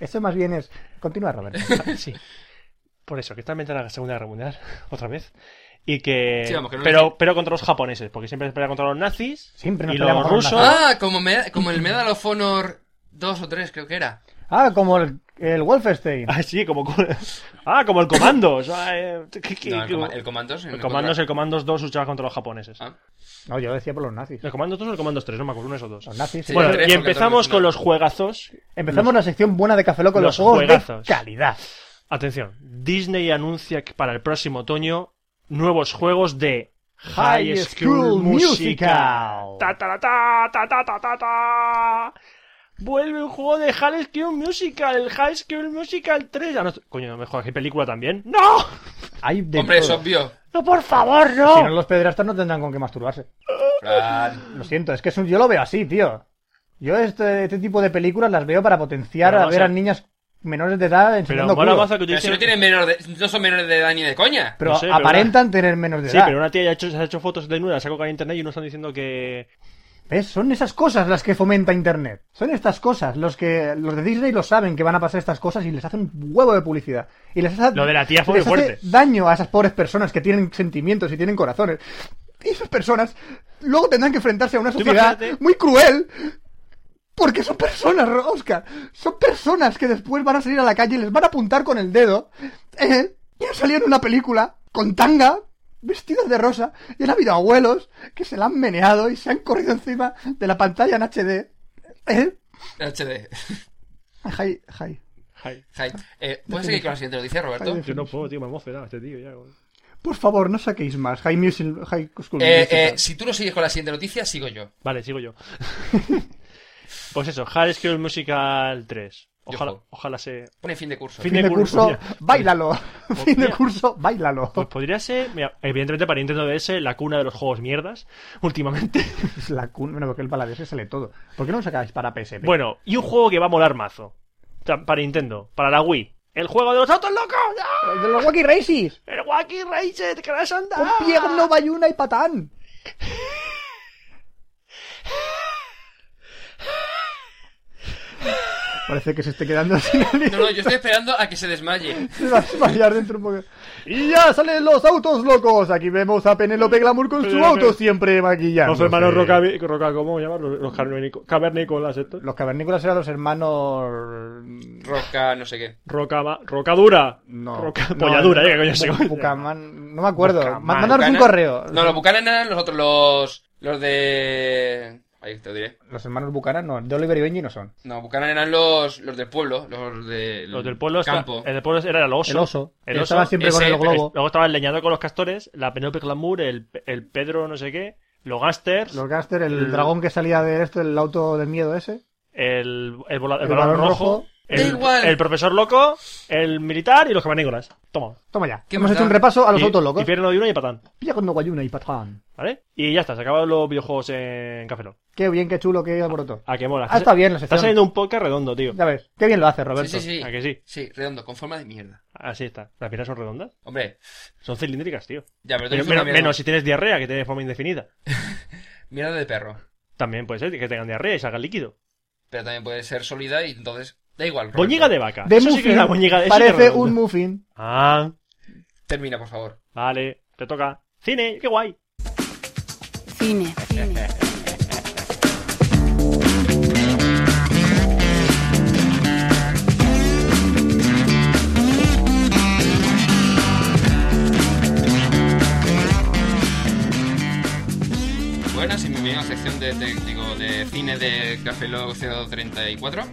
S5: Eso más bien es... Continúa, Roberto.
S1: Sí. Por eso, que está ambientada en la Segunda Guerra Mundial, otra vez. Y que...
S3: Sí, vamos, que no
S1: pero,
S3: les-
S1: pero contra los japoneses, porque siempre se pelea contra los nazis
S5: Siempre nos
S1: y los
S5: peleamos con los
S1: rusos.
S5: nazis.
S3: Ah, como, me, como el Medal of Honor 2 o 3 creo que era.
S5: Ah, como el El Wolfenstein.
S1: Ah, sí, como. co- Ah, como el Comandos. Ah, eh, ¿qué- qué-
S3: No, el,
S1: qué-
S3: coma- el Commandos. en
S1: el Comandos,
S3: contra-
S1: el Comandos 2 luchaba contra los japoneses.
S3: Ah.
S5: No, yo decía por los nazis.
S1: ¿El Comandos 2 o el Comandos 3? No me acuerdo, uno de esos dos.
S5: Los nazis.
S3: Sí,
S1: bueno,
S3: el tres,
S1: y
S3: porque el
S1: empezamos
S3: dos no.
S1: con los juegazos.
S5: Empezamos la sección buena de Café Loco con los,
S1: los
S5: juegos
S1: juegazos.
S5: de calidad.
S1: Atención, Disney anuncia que para el próximo otoño nuevos juegos de
S5: High School Musical.
S1: Ta, ta, ta, ta, ta, ta, ta, ta. Vuelve un juego de High School Musical, el High School Musical 3. Ah, no, coño, mejor que película también. ¡No!
S5: Hay de
S3: Hombre, es
S5: todo.
S3: obvio.
S1: ¡No, por favor,
S5: Si no,
S1: no!
S5: los pedrastas no tendrán con qué masturbarse.
S3: Fran,
S5: Lo siento, es que es un- yo lo veo así, tío. Yo este, este tipo de películas las veo para potenciar
S1: Pero
S5: a
S1: no
S5: ver
S1: sé.
S5: a niñas menores de edad
S1: Pero
S5: enseñando
S1: mola
S5: culo.
S1: mazo que
S3: Pero si
S1: utilicen-
S3: no, tienen menor de- no son menores de edad ni de coña.
S5: Pero
S1: no sé, pero
S5: aparentan tener menos de
S1: Sí,
S5: edad.
S1: pero una tía ya ha hecho, se ha hecho fotos de nuda, se ha colgado en internet y unos están diciendo que...
S5: ¿Ves? Son esas cosas las que fomenta Internet. Son estas cosas. Los que los de Disney lo saben que van a pasar estas cosas y les hacen un huevo de publicidad. Y les hace,
S1: Lo de la tía fue
S5: les
S1: muy
S5: hace
S1: fuerte.
S5: daño a esas pobres personas que tienen sentimientos y tienen corazones. Y esas personas luego tendrán que enfrentarse a una sociedad
S1: imagínate-
S5: muy cruel. Porque son personas, Oscar. Son personas que después van a salir a la calle y les van a apuntar con el dedo. ¿eh? Y han salido en una película con tanga, vestidas de rosa, y han habido abuelos que se la han meneado y se han corrido encima de la pantalla en HD. ¿eh?
S3: HD.
S5: Jai, jai.
S3: Hi. Eh, ¿Puedes seguir con la siguiente noticia, Roberto?
S5: Hi.
S1: Yo no puedo, tío, me emociona este tío ya.
S5: Por favor, no saquéis más. High Music, High School
S3: Eh,
S5: Musical.
S3: eh, si tú no sigues con la siguiente noticia, sigo yo.
S1: Vale, sigo yo. pues eso, High School Musical 3. Ojalá,
S3: Yo.
S1: ojalá se...
S3: Pone fin de curso.
S1: Fin
S5: Fin de curso,
S1: mira.
S5: bailalo. Fin de
S1: mira.
S5: curso, bailalo.
S1: Pues podría ser, mira, evidentemente para Nintendo DS, la cuna de los juegos mierdas, últimamente.
S5: Es la cuna. Bueno, porque el paladés sale todo. ¿Por qué no lo sacáis para PSP?
S1: bueno, y un juego que va a molar mazo. Ta- Para Nintendo, para la Wii. El juego de los autos locos. ¡Ah!
S5: ¡De los Wacky Races!
S1: El Wacky Racer, que vas a andar.
S5: Con pierna, bayuna y patán. Parece que se esté quedando sin
S3: No, no, yo estoy esperando a que se desmaye.
S5: Se va a desmayar dentro un poco. Y ya salen los autos locos. Aquí vemos a Penélope Glamour con su
S1: Penélope.
S5: auto siempre maquillado.
S1: Los hermanos Roca, Roca ¿cómo llamarlos? Los cavernico- cavernícolas, estos.
S5: Los cavernícolas eran los hermanos.
S3: Roca, no sé qué.
S1: Roca, ma- roca dura.
S5: No.
S1: Roca,
S5: no,
S1: polladura,
S5: Bu-
S1: ¿eh? ¿Qué coño se-
S5: Bucaman- No me acuerdo.
S1: Bucaman.
S5: Ma- Mandaros un
S3: Buchanan-
S5: correo.
S3: No, los Buchanan eran los otros, los. Los de. Ahí te lo diré.
S5: Los hermanos Bucaran no. De Oliver y Benji no son.
S3: No, Buchanan eran los, los del pueblo, los de.
S1: Los del pueblo, está-
S3: Campo.
S1: el del pueblo este era el oso.
S5: El oso.
S1: El
S5: que
S1: oso.
S5: Estaba siempre con
S3: ese,
S5: el globo.
S1: Es- Luego estaba el leñador con los castores, la Penelope Glamour, el, el Pedro no sé qué, los Gasters,
S5: Los Gaster, el dragón que salía de esto, el auto del miedo ese.
S1: el, el, vola- el
S5: el
S1: balón,
S5: balón
S1: rojo,
S5: rojo.
S3: Da
S1: El,
S3: igual.
S1: el profesor loco, el militar y los cavernícolas. Toma.
S5: Toma ya.
S3: ¿Qué
S5: Hemos
S3: más
S5: hecho
S3: da?
S5: un repaso a los
S1: Y-
S5: autos locos.
S1: Y pierno de uno y patán.
S5: Pilla con Guayuna y patán.
S1: ¿Vale? Y ya está, se acaban los videojuegos en Café Lock.
S5: Qué bien, qué chulo, qué alboroto.
S1: A que mola.
S5: Ah, está bien la
S1: Está
S5: sección.
S1: saliendo un podcast redondo, tío.
S5: Ya ves. Qué bien lo hace,
S3: Sí,
S5: Roberto.
S3: sí, sí.
S1: ¿A que sí?
S3: Sí, redondo, con forma de mierda.
S1: Así está. Las piernas son redondas.
S3: Hombre,
S1: Son cilíndricas, tío.
S3: ya, pero tú
S1: Pero
S3: eres una
S1: menos,
S3: mierda.
S1: menos si tienes diarrea, que tienes forma indefinida.
S3: Mierda de perro.
S1: También puede ser que tengan diarrea y salga líquido.
S3: Pero también puede ser sólida y entonces. Da igual. Roberto.
S1: Boñiga de vaca.
S5: De
S1: Eso sí que
S5: muffin.
S1: es una boñiga de eso sí que es
S5: parece
S1: redondo.
S5: un muffin.
S1: Ah,
S3: Termina, por favor.
S1: vale, te toca. Cine, qué guay.
S4: Cine. Cine.
S3: Buenas y bienvenidos a la sección de técnico de cine de Café Lock 034.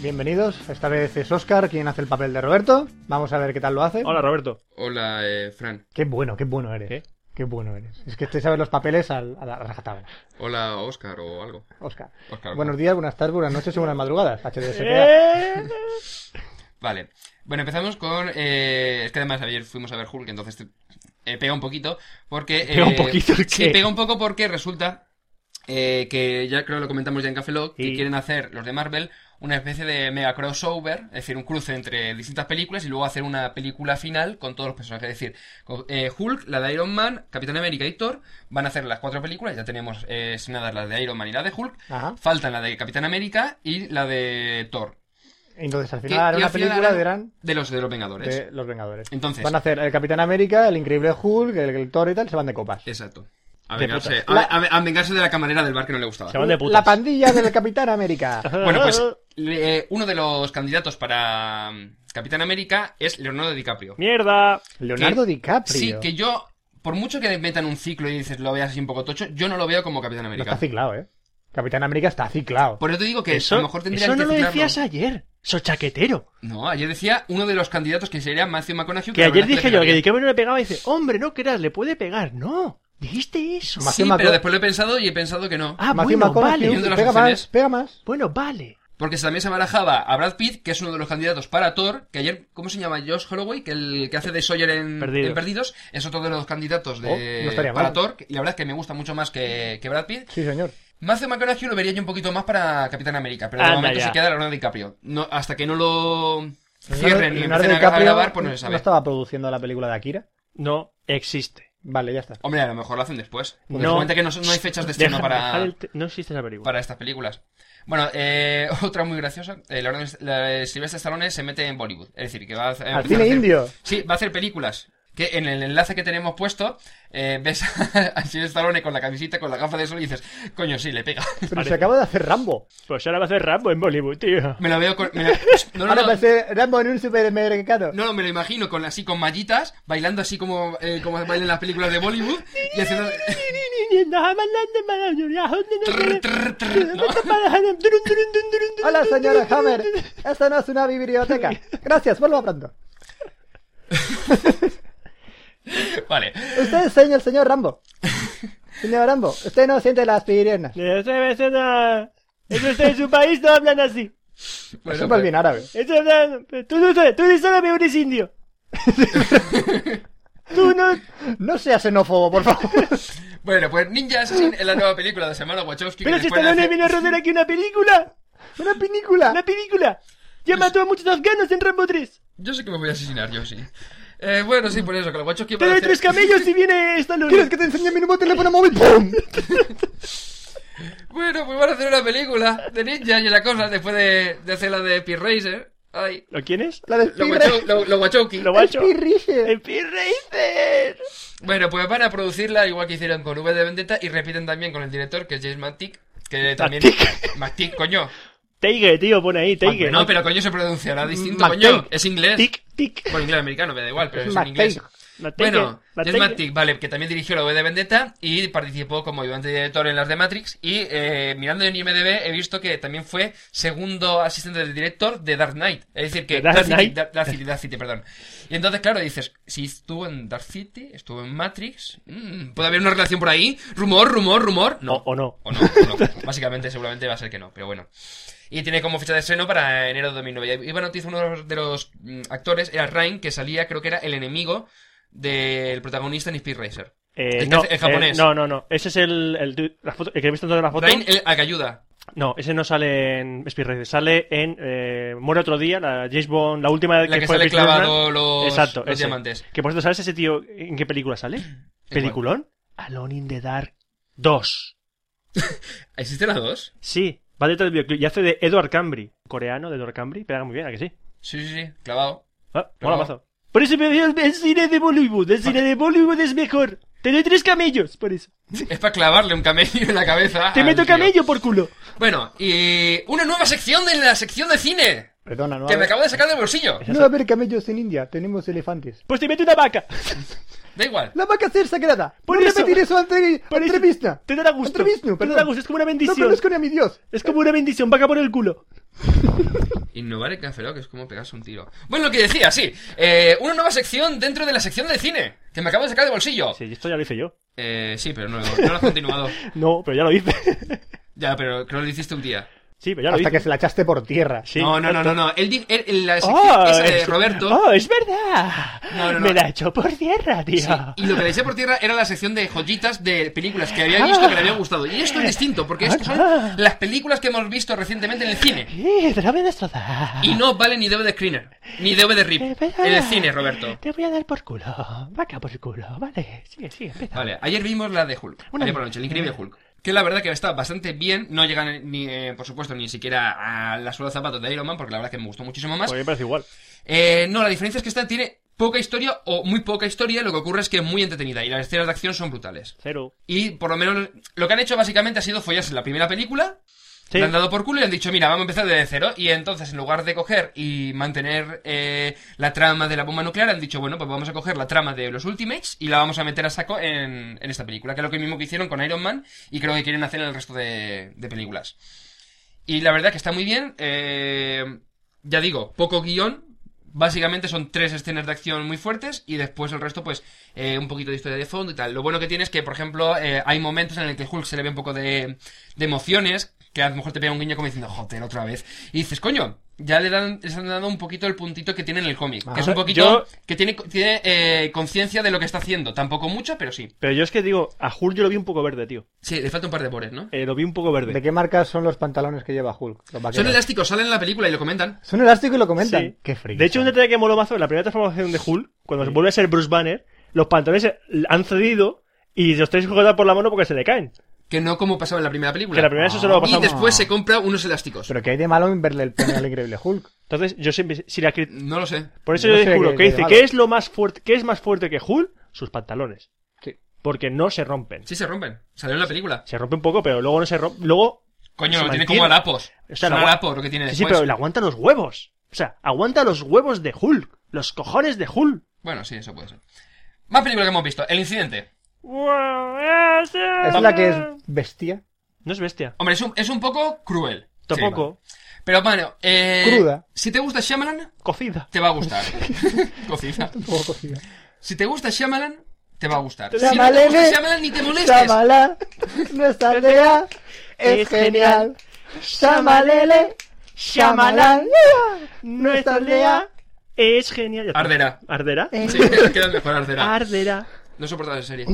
S5: Bienvenidos. Esta vez es Oscar quien hace el papel de Roberto. Vamos a ver qué tal lo hace.
S1: Hola, Roberto.
S3: Hola, eh, Fran.
S5: Qué bueno, qué bueno eres.
S1: ¿Qué?
S5: Qué bueno eres. Es que te sabes los papeles al- a la rajatabla.
S3: Hola, Oscar o algo.
S5: Oscar.
S3: Oscar.
S5: Buenos días, buenas tardes, buenas noches y buenas madrugadas. HDS.
S1: Eh,
S3: Vale. Bueno, empezamos con. eh, es que además ayer fuimos a ver Hulk, entonces te- eh, pega un poquito. Porque.
S1: ¿Pega un
S3: eh,
S1: poquito el
S3: Sí,
S1: qué?
S3: pega un poco porque resulta eh, que ya creo que lo comentamos ya en Café Lock, que
S1: Sí.
S3: quieren hacer los de Marvel una especie de mega crossover, es decir, un cruce entre distintas películas y luego hacer una película final con todos los personajes. Es decir, con, eh, Hulk, la de Iron Man, Capitán América y Thor van a hacer las cuatro películas. Ya tenemos eh, sin nada las de Iron Man y la de Hulk.
S5: Ajá.
S3: Faltan la de Capitán América y la de Thor.
S5: Entonces al
S3: Que-
S5: final harán
S3: y
S5: una
S3: al final
S5: película
S3: harán
S5: de, Irán
S3: de los de los Vengadores.
S5: de los Vengadores.
S3: Entonces,
S5: Van a hacer el Capitán América, el Increíble Hulk, el, el Thor y tal, se van de copas.
S3: exacto. A vengarse, a, a- a vengarse de la camarera del bar que no le gustaba.
S1: Se van de putas.
S5: La pandilla del Capitán América.
S3: Bueno, pues eh, uno de los candidatos para mm, Capitán América es Leonardo DiCaprio.
S1: ¡Mierda!
S5: Leonardo
S3: Que-
S5: DiCaprio.
S3: Sí, que yo, por mucho que metan un ciclo y dices lo veas así un poco tocho, yo no lo veo como Capitán
S5: No está
S3: América.
S5: ciclado, ¿eh? Capitán América está ciclado.
S3: Por eso te digo que
S1: eso
S3: a lo mejor tendrías
S1: eso no
S3: que
S1: lo
S3: ciclarlo.
S1: decías ayer. Sochaquetero.
S3: No, ayer decía uno de los candidatos que sería Matthew McConaughey.
S1: Que
S3: la
S1: ayer
S3: verdad es
S1: dije yo
S3: le
S1: que
S3: pegaría.
S1: DiCaprio no le pegaba y dice, hombre, no creas, le puede pegar. No, dijiste eso.
S5: Matthew
S3: Sí, pero
S5: McCona-
S3: después lo he pensado y he pensado que no.
S1: Ah,
S5: Matthew
S1: bueno,
S5: McConaughey,
S1: vale.
S3: Una de las
S5: Pega
S3: opciones.
S5: más, pega más.
S1: Bueno, vale.
S3: Porque también se barajaba a Brad Pitt, que es uno de los candidatos para Thor, que ayer, ¿cómo se llama? Josh Holloway, que el que hace de Sawyer en en Perdidos,
S1: Perdidos.
S3: es otro de los candidatos de,
S5: Oh, no estaría
S3: para
S5: mal.
S3: Thor, y la verdad es que me gusta mucho más que, que Brad Pitt.
S5: Sí, señor.
S3: Matthew McConaughey lo vería yo un poquito más para Capitán América, pero de
S1: Anda
S3: momento
S1: ya.
S3: se queda Leonardo DiCaprio. No, hasta que no lo cierren
S5: Leonardo-
S3: y
S5: Leonardo
S3: empiecen a- a
S5: DiCaprio
S3: grabar, pues no se sabe.
S5: no estaba produciendo la película de Akira.
S1: No existe.
S5: Vale, ya está.
S3: Hombre, a lo mejor lo hacen después.
S1: No.
S3: Porque solamente que no, no hay fechas de estreno
S1: Deja-
S3: para...
S1: dejar el te- No existe esa película.
S3: para estas películas. Bueno, eh, otra muy graciosa. Eh, la, la- Sylvester Stallone se mete en Bollywood. Es decir, que va a hacer-
S5: Al
S3: empezar a
S5: cine
S3: hacer-
S5: indio.
S3: Sí, va a hacer películas. Que en el enlace que tenemos puesto, eh, ves a, a Sylvester Stallone con la camiseta, con la gafa de sol y dices, coño, sí, le pega.
S5: Pero
S1: Parece.
S5: se acaba de hacer Rambo.
S1: Pues ahora va a hacer Rambo en Bollywood, tío.
S3: Me lo veo con... me lo- no, no,
S5: Ahora va a
S3: no,
S5: ser Rambo en un supermercado.
S3: no, no, me lo imagino con así con mallitas, bailando así como, eh, como bailan las películas de Bollywood y haciendo... trrr, trrr, trrr, ¿no?
S5: Hola, señora Hammer. Esta no es una biblioteca. Gracias, vuelva pronto.
S3: Vale.
S5: Usted es señor, señor Rambo. Señor Rambo, usted no siente las piernas.
S1: Eso es una- Eso está en su país, no hablan así.
S3: Bueno,
S5: Súper
S3: pues-
S5: bien árabe.
S1: Eso hablan... Tú no sabes, tú no sabes, me eres indio.
S5: Tú no... No sea xenófobo, por favor.
S3: Bueno, pues Ninja Assassin es la nueva película de Semana Wachowski.
S1: Pero
S3: que
S1: si
S3: después
S1: Stallone
S3: hace-
S1: viene a rodar aquí una película.
S5: Una película.
S1: Una película. Ya mató a muchos afganos en Rambo 3.
S3: Yo sé que me voy a asesinar, yo sí. Eh, bueno, sí, por eso, que los Wachowski
S1: Te
S3: van a
S1: doy
S3: hacer...
S1: tres camellos si viene
S5: ¿Quieres
S1: Stallone.
S5: que te enseñe mi nuevo teléfono móvil? ¡Pum!
S3: Bueno, pues van a hacer una película de ninja y la cosa después de, de hacer la de Pit Racer. Ay,
S1: ¿Lo quieres?
S5: La de
S3: los
S5: Speed
S3: Wachow- lo- los Wachowski.
S1: Lo guacho.
S5: Racer.
S1: ¡El P-Racer!
S3: Bueno, pues van a producirla igual que hicieron con V de Vendetta y repiten también con el director, que es James Mantic, que también... Mantic, coño.
S1: Teige, tío, pone ahí, Teige.
S3: Ah, No, pero coño se pronunciará distinto,
S5: Mantic.
S3: coño. Es inglés.
S1: Tic, tic.
S3: Bueno, inglés americano, me da igual, pero es en
S5: Mac
S3: inglés.
S5: Taylor.
S1: La Teige,
S3: Bueno,
S1: la
S3: James
S1: Teige.
S3: Mantic, vale, que también dirigió la V de Vendetta y participó como ayudante director en las de Matrix. Y eh, mirando en IMDb he visto que también fue segundo asistente del director de Dark Knight. Es decir, que
S1: ¿De Dark
S3: Dark City,
S1: Knight?
S3: Dark, Dark City, Dark City, perdón. Y entonces, claro, dices, si estuvo en Dark City, estuvo en Matrix, mm, ¿puede haber una relación por ahí? ¿Rumor, rumor, rumor? No.
S1: O- o no.
S3: O no, o no. Básicamente, seguramente va a ser que no, pero bueno. Y tiene como fecha de estreno para enero de 2009. Iba noticia uno de los- de los mm, actores, era Rain, que salía, creo que era el enemigo del protagonista en Speed Racer.
S1: Eh,
S3: El que
S1: no,
S3: hace- el japonés.
S1: eh, no, no, no. Ese es el, el, du- la foto- el que he visto en todas las fotos.
S3: Rain, el, al que ayuda.
S1: No, ese no sale en Speed Racer. Sale en eh, Muere otro día, la James Bond, la última
S3: La que,
S1: fue
S3: sale
S1: Pierce Brosnan.
S3: clavado los,
S1: Exacto,
S3: los
S1: ese.
S3: diamantes.
S1: Que por cierto, ¿sabes ese tío en qué película sale? ¿Peliculón? Alone in the Dark 2.
S3: ¿Existen las dos?
S1: Sí, va detrás del videoclip y hace de Edward Cambry, coreano de Edward Cambry, pega muy bien, ¿a que sí?
S3: Sí, sí, sí, clavado.
S1: Ah,
S3: Claro.
S1: mola mazo. Por eso me dio el- el cine de Bollywood, el cine de Bollywood es mejor. Te doy tres camellos, por eso.
S3: Es para clavarle un camello en la cabeza.
S1: Te
S3: al
S1: meto
S3: tío.
S1: camello por culo.
S3: Bueno, y una nueva sección de la sección de cine.
S5: Perdona, no.
S3: Que me
S5: haber-
S3: acabo de sacar del bolsillo.
S5: No va a haber camellos en India, tenemos elefantes.
S1: Pues te meto una vaca.
S3: Da igual.
S5: La vaca ser sagrada.
S1: Por
S5: Por no
S1: eso-
S5: repetir eso ante
S1: por eso-
S5: entrevista.
S1: Te dará gusto.
S5: Entrevisno,
S1: te
S5: perdón.
S1: dará gusto, es como una
S5: No
S1: bendición.
S5: conozco ni a mi Dios.
S1: Es como una bendición, vaca por el culo.
S3: Innovar en Café Lock es como pegarse un tiro. Bueno, lo que decía, sí. Eh, una nueva sección dentro de la sección de cine. Que me acabo de sacar de bolsillo.
S1: Sí, esto ya lo hice yo.
S3: Eh, sí, pero no, no lo has continuado.
S1: No, pero ya lo hice.
S3: Ya, pero creo que lo hiciste un día.
S1: sí, pero ya lo
S5: Hasta
S1: hice.
S5: que se la echaste por tierra.
S1: Sí,
S3: no, no, no, no, no. Él, di- él- él- la sección
S1: Oh,
S3: esa de
S1: es-
S3: Roberto.
S1: Oh, es verdad.
S3: No, no, no.
S1: Me la echó por tierra, tío.
S3: Sí, y lo que le eché por tierra era la sección de joyitas de películas que había visto que le habían gustado. Y
S1: Ah,
S3: esto es distinto, porque estas son las películas que hemos visto recientemente en el cine.
S1: Eh, te la voy a destrozar.
S3: Y no vale ni DVD screener, ni DVD rip.
S1: Eh,
S3: En
S1: perdona.
S3: el cine, Roberto.
S1: Te voy a dar por culo. Vaca por culo. Vale, sigue, sigue, empieza.
S3: Vale, ayer vimos la de Hulk.
S1: Una
S3: ayer por la noche, el increíble Hulk. Que la verdad que está bastante bien. No llegan, ni, eh, por supuesto, ni siquiera a la suela de zapatos de Iron Man, porque la verdad que me gustó muchísimo más.
S1: Porque me Pues parece igual.
S3: Eh, no, la diferencia es que esta tiene poca historia o muy poca historia, lo que ocurre es que es muy entretenida y las escenas de acción son brutales.
S1: Cero.
S3: Y por lo menos lo que han hecho básicamente ha sido follarse la primera película,
S1: Sí.
S3: le han dado por culo y han dicho, mira, vamos a empezar desde cero. Y entonces, en lugar de coger y mantener eh, la trama de la bomba nuclear, han dicho, bueno, pues vamos a coger la trama de los Ultimates y la vamos a meter a saco en, en esta película, que es lo que mismo que hicieron con Iron Man y creo que quieren hacer en el resto de, de películas. Y la verdad que está muy bien. eh, ya digo, poco guión. Básicamente son tres escenas de acción muy fuertes y después el resto, pues, eh, un poquito de historia de fondo y tal. Lo bueno que tiene es que, por ejemplo, eh, hay momentos en el que Hulk se le ve un poco de, de emociones, que a lo mejor te pega un guiño como diciendo, joder, otra vez. Y dices, coño, ya le dan, les han dado un poquito el puntito que tiene en el cómic. que es un poquito, que tiene, tiene eh, conciencia de lo que está haciendo. Tampoco mucho, pero sí.
S1: Pero yo es que digo, a Hulk yo lo vi un poco verde, tío.
S3: Sí, le falta un par de pores, ¿no?
S1: Eh, lo vi un poco verde.
S5: ¿De qué marcas son los pantalones que lleva Hulk? Los
S3: Son
S5: vaqueros.
S3: elásticos, salen en la película y lo comentan.
S5: Son elásticos y lo comentan.
S1: Sí.
S5: Qué friki.
S1: De hecho, un
S5: son.
S1: detalle que moló mazo, en la primera transformación de Hulk, cuando se vuelve a ser Bruce Banner, los pantalones se- han cedido y los tres jugadores por la mano porque se le caen.
S3: Que no como pasaba en la primera película.
S1: Que la primera eso se lo
S3: Y
S1: pasamos.
S3: después se compra unos elásticos.
S5: Pero que hay de malo en verle el pene al increíble Hulk.
S1: Entonces, yo siempre, si la cri-
S3: No lo sé.
S1: por eso
S5: Yo
S1: yo,
S5: sé
S1: descubro
S5: que-
S1: que,
S5: que
S1: dice,
S5: malo.
S1: ¿qué es lo más fuerte, qué es más fuerte que Hulk? Sus pantalones.
S5: Sí.
S1: Porque no se rompen.
S3: Sí se rompen. Salió en la película.
S1: Se rompe un poco, pero luego no se rompe, luego, Se
S3: Coño, lo tiene
S1: mantiene.
S3: como harapos.
S1: O
S3: Es
S1: sea,
S3: un
S1: la gua-
S3: harapo lo que tiene
S1: sí,
S3: después.
S1: sí, pero le aguanta los huevos. O sea, aguanta los huevos de Hulk. Los cojones de Hulk.
S3: Bueno, sí, eso puede ser. Más película que hemos visto. El incidente.
S1: Ah.
S5: Es la que es bestia,
S1: No es bestia.
S3: Hombre, es un, es un poco cruel.
S1: Tampoco.
S3: Sí. Pero, bueno, eh,
S5: Cruda.
S3: Si te gusta Shyamalan,
S1: Cocida.
S3: te va a gustar. Cocida.
S5: un poco cocida.
S3: Si te gusta Shyamalan, te va a gustar. Si no te
S5: Shyamalan,
S3: gusta
S5: eh.
S3: Shyamalan, ni te molestes.
S5: Shamala, nuestra aldea es
S1: Es
S5: genial.
S1: genial.
S5: Shamalele, Shamalala, nuestra
S1: Nuestra
S5: aldea Eh,
S1: aldea es genial. Ya está.
S3: Arderá.
S1: ¿Ardera?
S3: Sí, queda mejor Arderá.
S1: Arderá.
S3: No soportaba esa serie.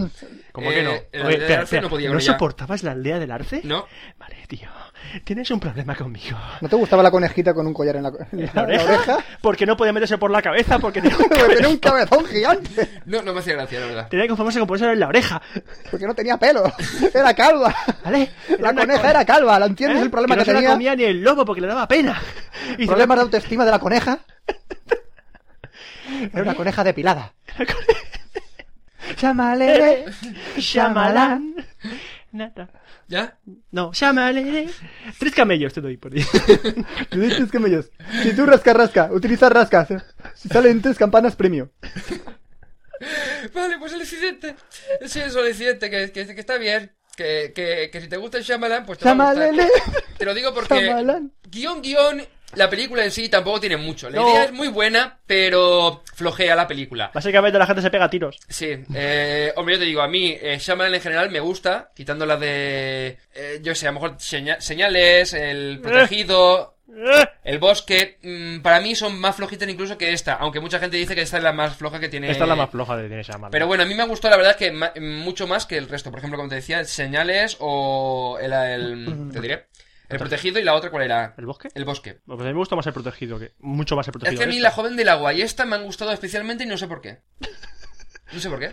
S1: ¿Cómo
S3: Eh,
S1: que no?
S3: el
S1: Oye,
S3: de
S1: espera,
S3: Arce
S1: espera.
S3: no podía
S1: ¿No
S3: con ella.
S1: soportabas la aldea del arce?
S3: No.
S1: Vale, tío. Tienes un problema conmigo.
S5: ¿No te gustaba la conejita con un collar en la, en
S1: ¿En
S5: la- la oreja?
S1: Porque no podía meterse por la cabeza porque tenía, un
S5: Porque
S1: cabezón.
S5: tenía un cabezón gigante.
S3: No, no me hacía gracia, la verdad.
S1: Tenía que conformarse con ponerse en la oreja.
S5: Porque no tenía pelo. Era calva.
S1: ¿Vale?
S5: La
S1: una
S5: coneja
S1: con-
S5: era calva. ¿La entiendes
S1: ¿Eh?
S5: el problema que,
S1: no se la
S5: tenía?
S1: comía ni el lobo porque le daba pena. Y se-
S5: ¿Problemas de autoestima de la coneja? Era una coneja depilada. Shamalele,
S1: Shamalán.
S5: Shamalán.
S1: Nada.
S3: ¿Ya?
S1: No, Shamalán. Tres camellos te doy por ahí.
S5: Tú dices que me oyes. Si tú rasca, rasca. Utiliza rascas. Si salen tres campanas, premio.
S3: Vale, pues el incidente. Sí, eso, el incidente, que, que, que está bien. Que, que, que si te gusta el Shyamalan, pues te va a gustar.
S5: Shamalele.
S3: Te lo digo porque
S5: Shyamalan.
S3: guión, guión, la película en sí tampoco tiene mucho. La
S1: No.
S3: idea es muy buena, pero flojea la película.
S1: Básicamente la gente se pega a tiros.
S3: Sí, eh, hombre, yo te digo, a mí eh, Shyamalan en general me gusta, quitando la de, eh, yo sé, a lo mejor seña- señales, el protegido,
S1: Eh,
S3: el bosque, mm, para mí son más flojitas incluso que esta, aunque mucha gente dice que esta es la más floja que tiene.
S1: Esta es la más floja de tiene Shamalán.
S3: Pero bueno, a mí me gustó la verdad que ma- mucho más que el resto. Por ejemplo, como te decía, señales o el, el- te diré, el protegido y la otra cuál era,
S1: ¿El bosque?
S3: el bosque.
S1: Pues a mí me gusta más el protegido que. Mucho más el
S3: Es
S1: protegido.
S3: que a mí
S1: esta.
S3: la joven del agua y esta me han gustado especialmente y no sé por qué. No sé por qué.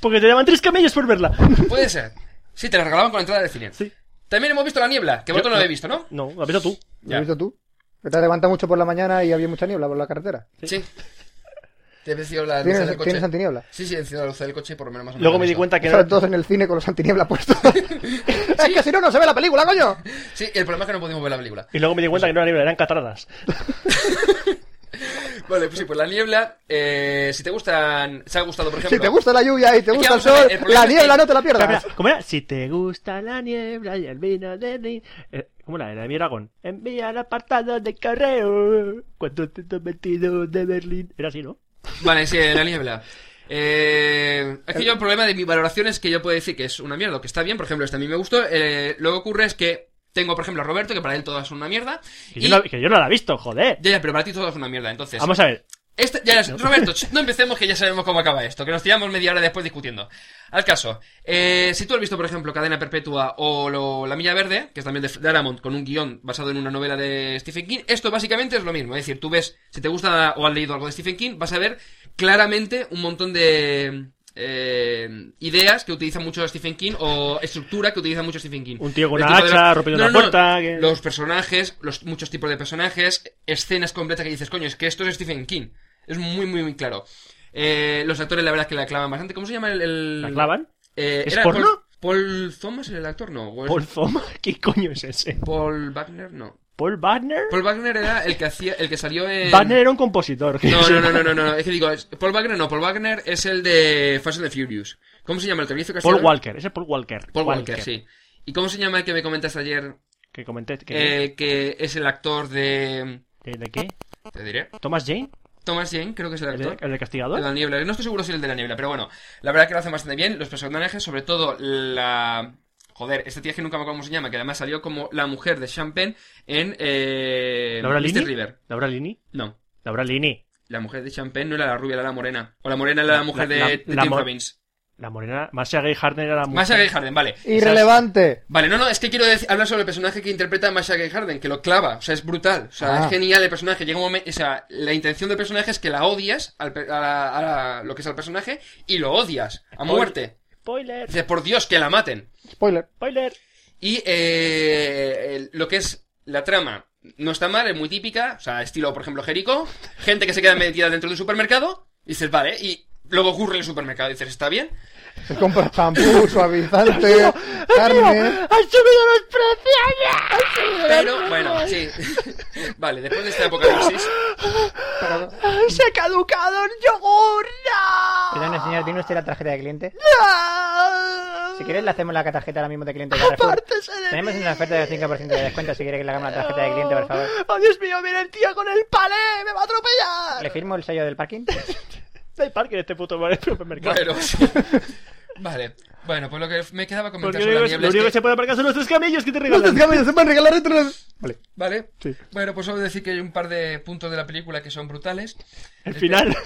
S1: Porque te daban tres camellos por verla.
S3: Puede ser. Sí, te la regalaban con la entrada del cine.
S1: Sí.
S3: También hemos visto la niebla, que vosotros
S1: Yo-
S3: no lo habéis visto, ¿no?
S1: No, la visto tú.
S5: ¿Lo
S3: Ya.
S5: has visto tú? Que te has levantado mucho por la mañana y había mucha niebla por la carretera.
S3: Sí. Te he vencido la luz del
S5: ¿Tienes,
S3: coche.
S5: ¿tienes antiniebla?
S3: Sí, sí, he vencido la luz del coche y por lo menos más o
S1: Luego
S3: menos
S1: me di
S3: eso.
S1: cuenta que. no-
S5: Están todos en el cine con los antiniebla puestos. es que si no, no se ve la película, coño.
S3: Sí, el problema es que no pudimos ver la película.
S1: Y luego me di cuenta que no era niebla, eran cataratas.
S3: Vale, pues sí, pues la niebla, eh, si te gustan, si ha gustado, por ejemplo.
S5: Si te gusta la lluvia y te
S3: Es que
S5: gusta el
S3: vamos a ver,
S5: sol,
S3: el problema
S5: la
S3: es que-
S5: niebla no te la
S1: Espera,
S5: pierdas.
S1: espera, ¿Cómo era? Si te gusta la niebla y el vino de... ni- eh, ¿Cómo era? Era de mi dragón. Envía al apartado de correo. 422 de Berlín. Era así, ¿no?
S3: Vale, sí, la niebla. Eh, es que yo el problema de mi valoración es que yo puedo decir que es una mierda, o que está bien, por ejemplo, esta a mí me gustó. Eh, lo que ocurre es que tengo, por ejemplo, a Roberto, que para él todas son una mierda.
S1: Que,
S3: Y...
S1: yo, no, que yo no la he visto, joder.
S3: Ya, ya, pero para ti todas son una mierda, entonces.
S1: Vamos a ver.
S3: Esta- Este, ya, ya, Roberto, ch, no empecemos que ya sabemos cómo acaba esto, que nos tiramos media hora después discutiendo. Al caso, eh, si tú has visto, por ejemplo, Cadena Perpetua o lo- La Milla Verde, que es también de, F- de Aramont, con un guión basado en una novela de Stephen King, esto básicamente es lo mismo. Es decir, tú ves, si te gusta o has leído algo de Stephen King, vas a ver claramente un montón de eh, ideas que utiliza mucho Stephen King o estructura que utiliza mucho Stephen King.
S1: Un tío con
S3: El
S1: una
S3: tipo de
S1: hacha
S3: las-
S1: rompiendo una puerta, que-
S3: Los personajes, los muchos tipos de personajes, escenas completas que dices, coño, es que esto es Stephen King. Es muy, muy, muy claro. Eh, los actores, la verdad, es que la clavan bastante. ¿Cómo se llama el. el-
S1: ¿La clavan?
S3: Eh,
S1: ¿Es
S3: era
S1: porno?
S3: Paul, Paul Thomas era el actor, no. ¿O es
S1: ¿Paul Thomas? ¿Qué coño es ese?
S3: Paul Wagner, no.
S1: ¿Paul Wagner?
S3: Paul Wagner era el que hacía, el que salió en.
S1: Wagner era un compositor.
S3: Eh. No, no, no, no, no, no, Es que digo, es- Paul Wagner no. Paul Wagner es el de Fast and the Furious. ¿Cómo se llama el que hizo
S1: Paul
S3: Castellano?
S1: Walker, ese es Paul Walker.
S3: Paul Walker, sí. ¿Y cómo se llama el que me comentaste ayer?
S1: Que comenté. Que,
S3: El que es el actor de.
S1: ¿de- ¿De qué?
S3: Te diré.
S1: ¿Thomas Jane?
S3: Thomas Jane, creo que es el
S1: ¿El,
S3: actor.
S1: de- el del
S3: El de
S1: castigador?
S3: la niebla. No estoy seguro si el de la niebla, pero bueno. La verdad que lo hace bastante bien. Los personajes, sobre todo la. Joder, esta tía que nunca me acuerdo cómo se llama, que además salió como la mujer de Champagne en. Eh...
S1: ¿Laura
S3: Mystic
S1: Linney?
S3: River.
S1: ¿Laura Lini?
S3: No.
S1: Laura Lini.
S3: La mujer de Champagne no era la rubia, era la morena. O la morena era la,
S1: La-
S3: mujer
S1: la-
S3: de,
S1: la-
S3: de
S1: la
S3: Tim
S1: mo-
S3: Robbins.
S1: La morena. Masha Gay Harden era la mujer.
S3: Masha Gay Harden, vale.
S5: Irrelevante.
S3: Vale, no, no, es que quiero dec- hablar sobre el personaje que interpreta Masha Gay Harden, que lo clava, o sea, es brutal, o sea,
S5: Ah.
S3: es genial el personaje, llega un momento, o sea, la intención del personaje es que la odias al pe- a, la- a la- lo que es al personaje y lo odias a muerte.
S1: Spoiler.
S3: Dices, por Dios, que la maten.
S5: Spoiler.
S1: Spoiler.
S3: Y eh, el- lo que es la trama no está mal, es muy típica, o sea, estilo, por ejemplo, Jericho, gente que se queda metida dentro de un supermercado, y dices, vale, y luego ocurre en el supermercado, y dices, está bien.
S5: Se compra champú, suavizante, carne.
S3: Pero, bueno, sí. vale, después de este apocalipsis...
S8: Perdón, señor, ¿tiene usted la tarjeta de cliente? Si quieres, le hacemos la tarjeta ahora mismo de cliente de Carrefour. Tenemos una oferta del 5% de descuento si quiere que le hagamos la tarjeta de cliente, por favor.
S1: ¡Oh, Dios mío! ¡Mira el tío con el palé! ¡Me va a atropellar!
S8: ¿Le firmo el sello del parking?
S1: Hay parque en este puto bar- supermercado.
S3: Bueno, sí. Vale. Bueno, pues lo que me quedaba
S1: Porque
S3: comentar
S1: lo
S3: sobre la
S1: único, que-
S3: niebla
S1: lo
S3: es
S1: único que
S3: que-
S1: se puede aparcar son los tres camellos que te
S5: No te
S1: regalan.
S5: escapes, se van a regalar entre los- Vale.
S3: Vale.
S5: Sí.
S3: Bueno, pues solo decir que hay un par de puntos de la película que son brutales. Eh,
S1: El final.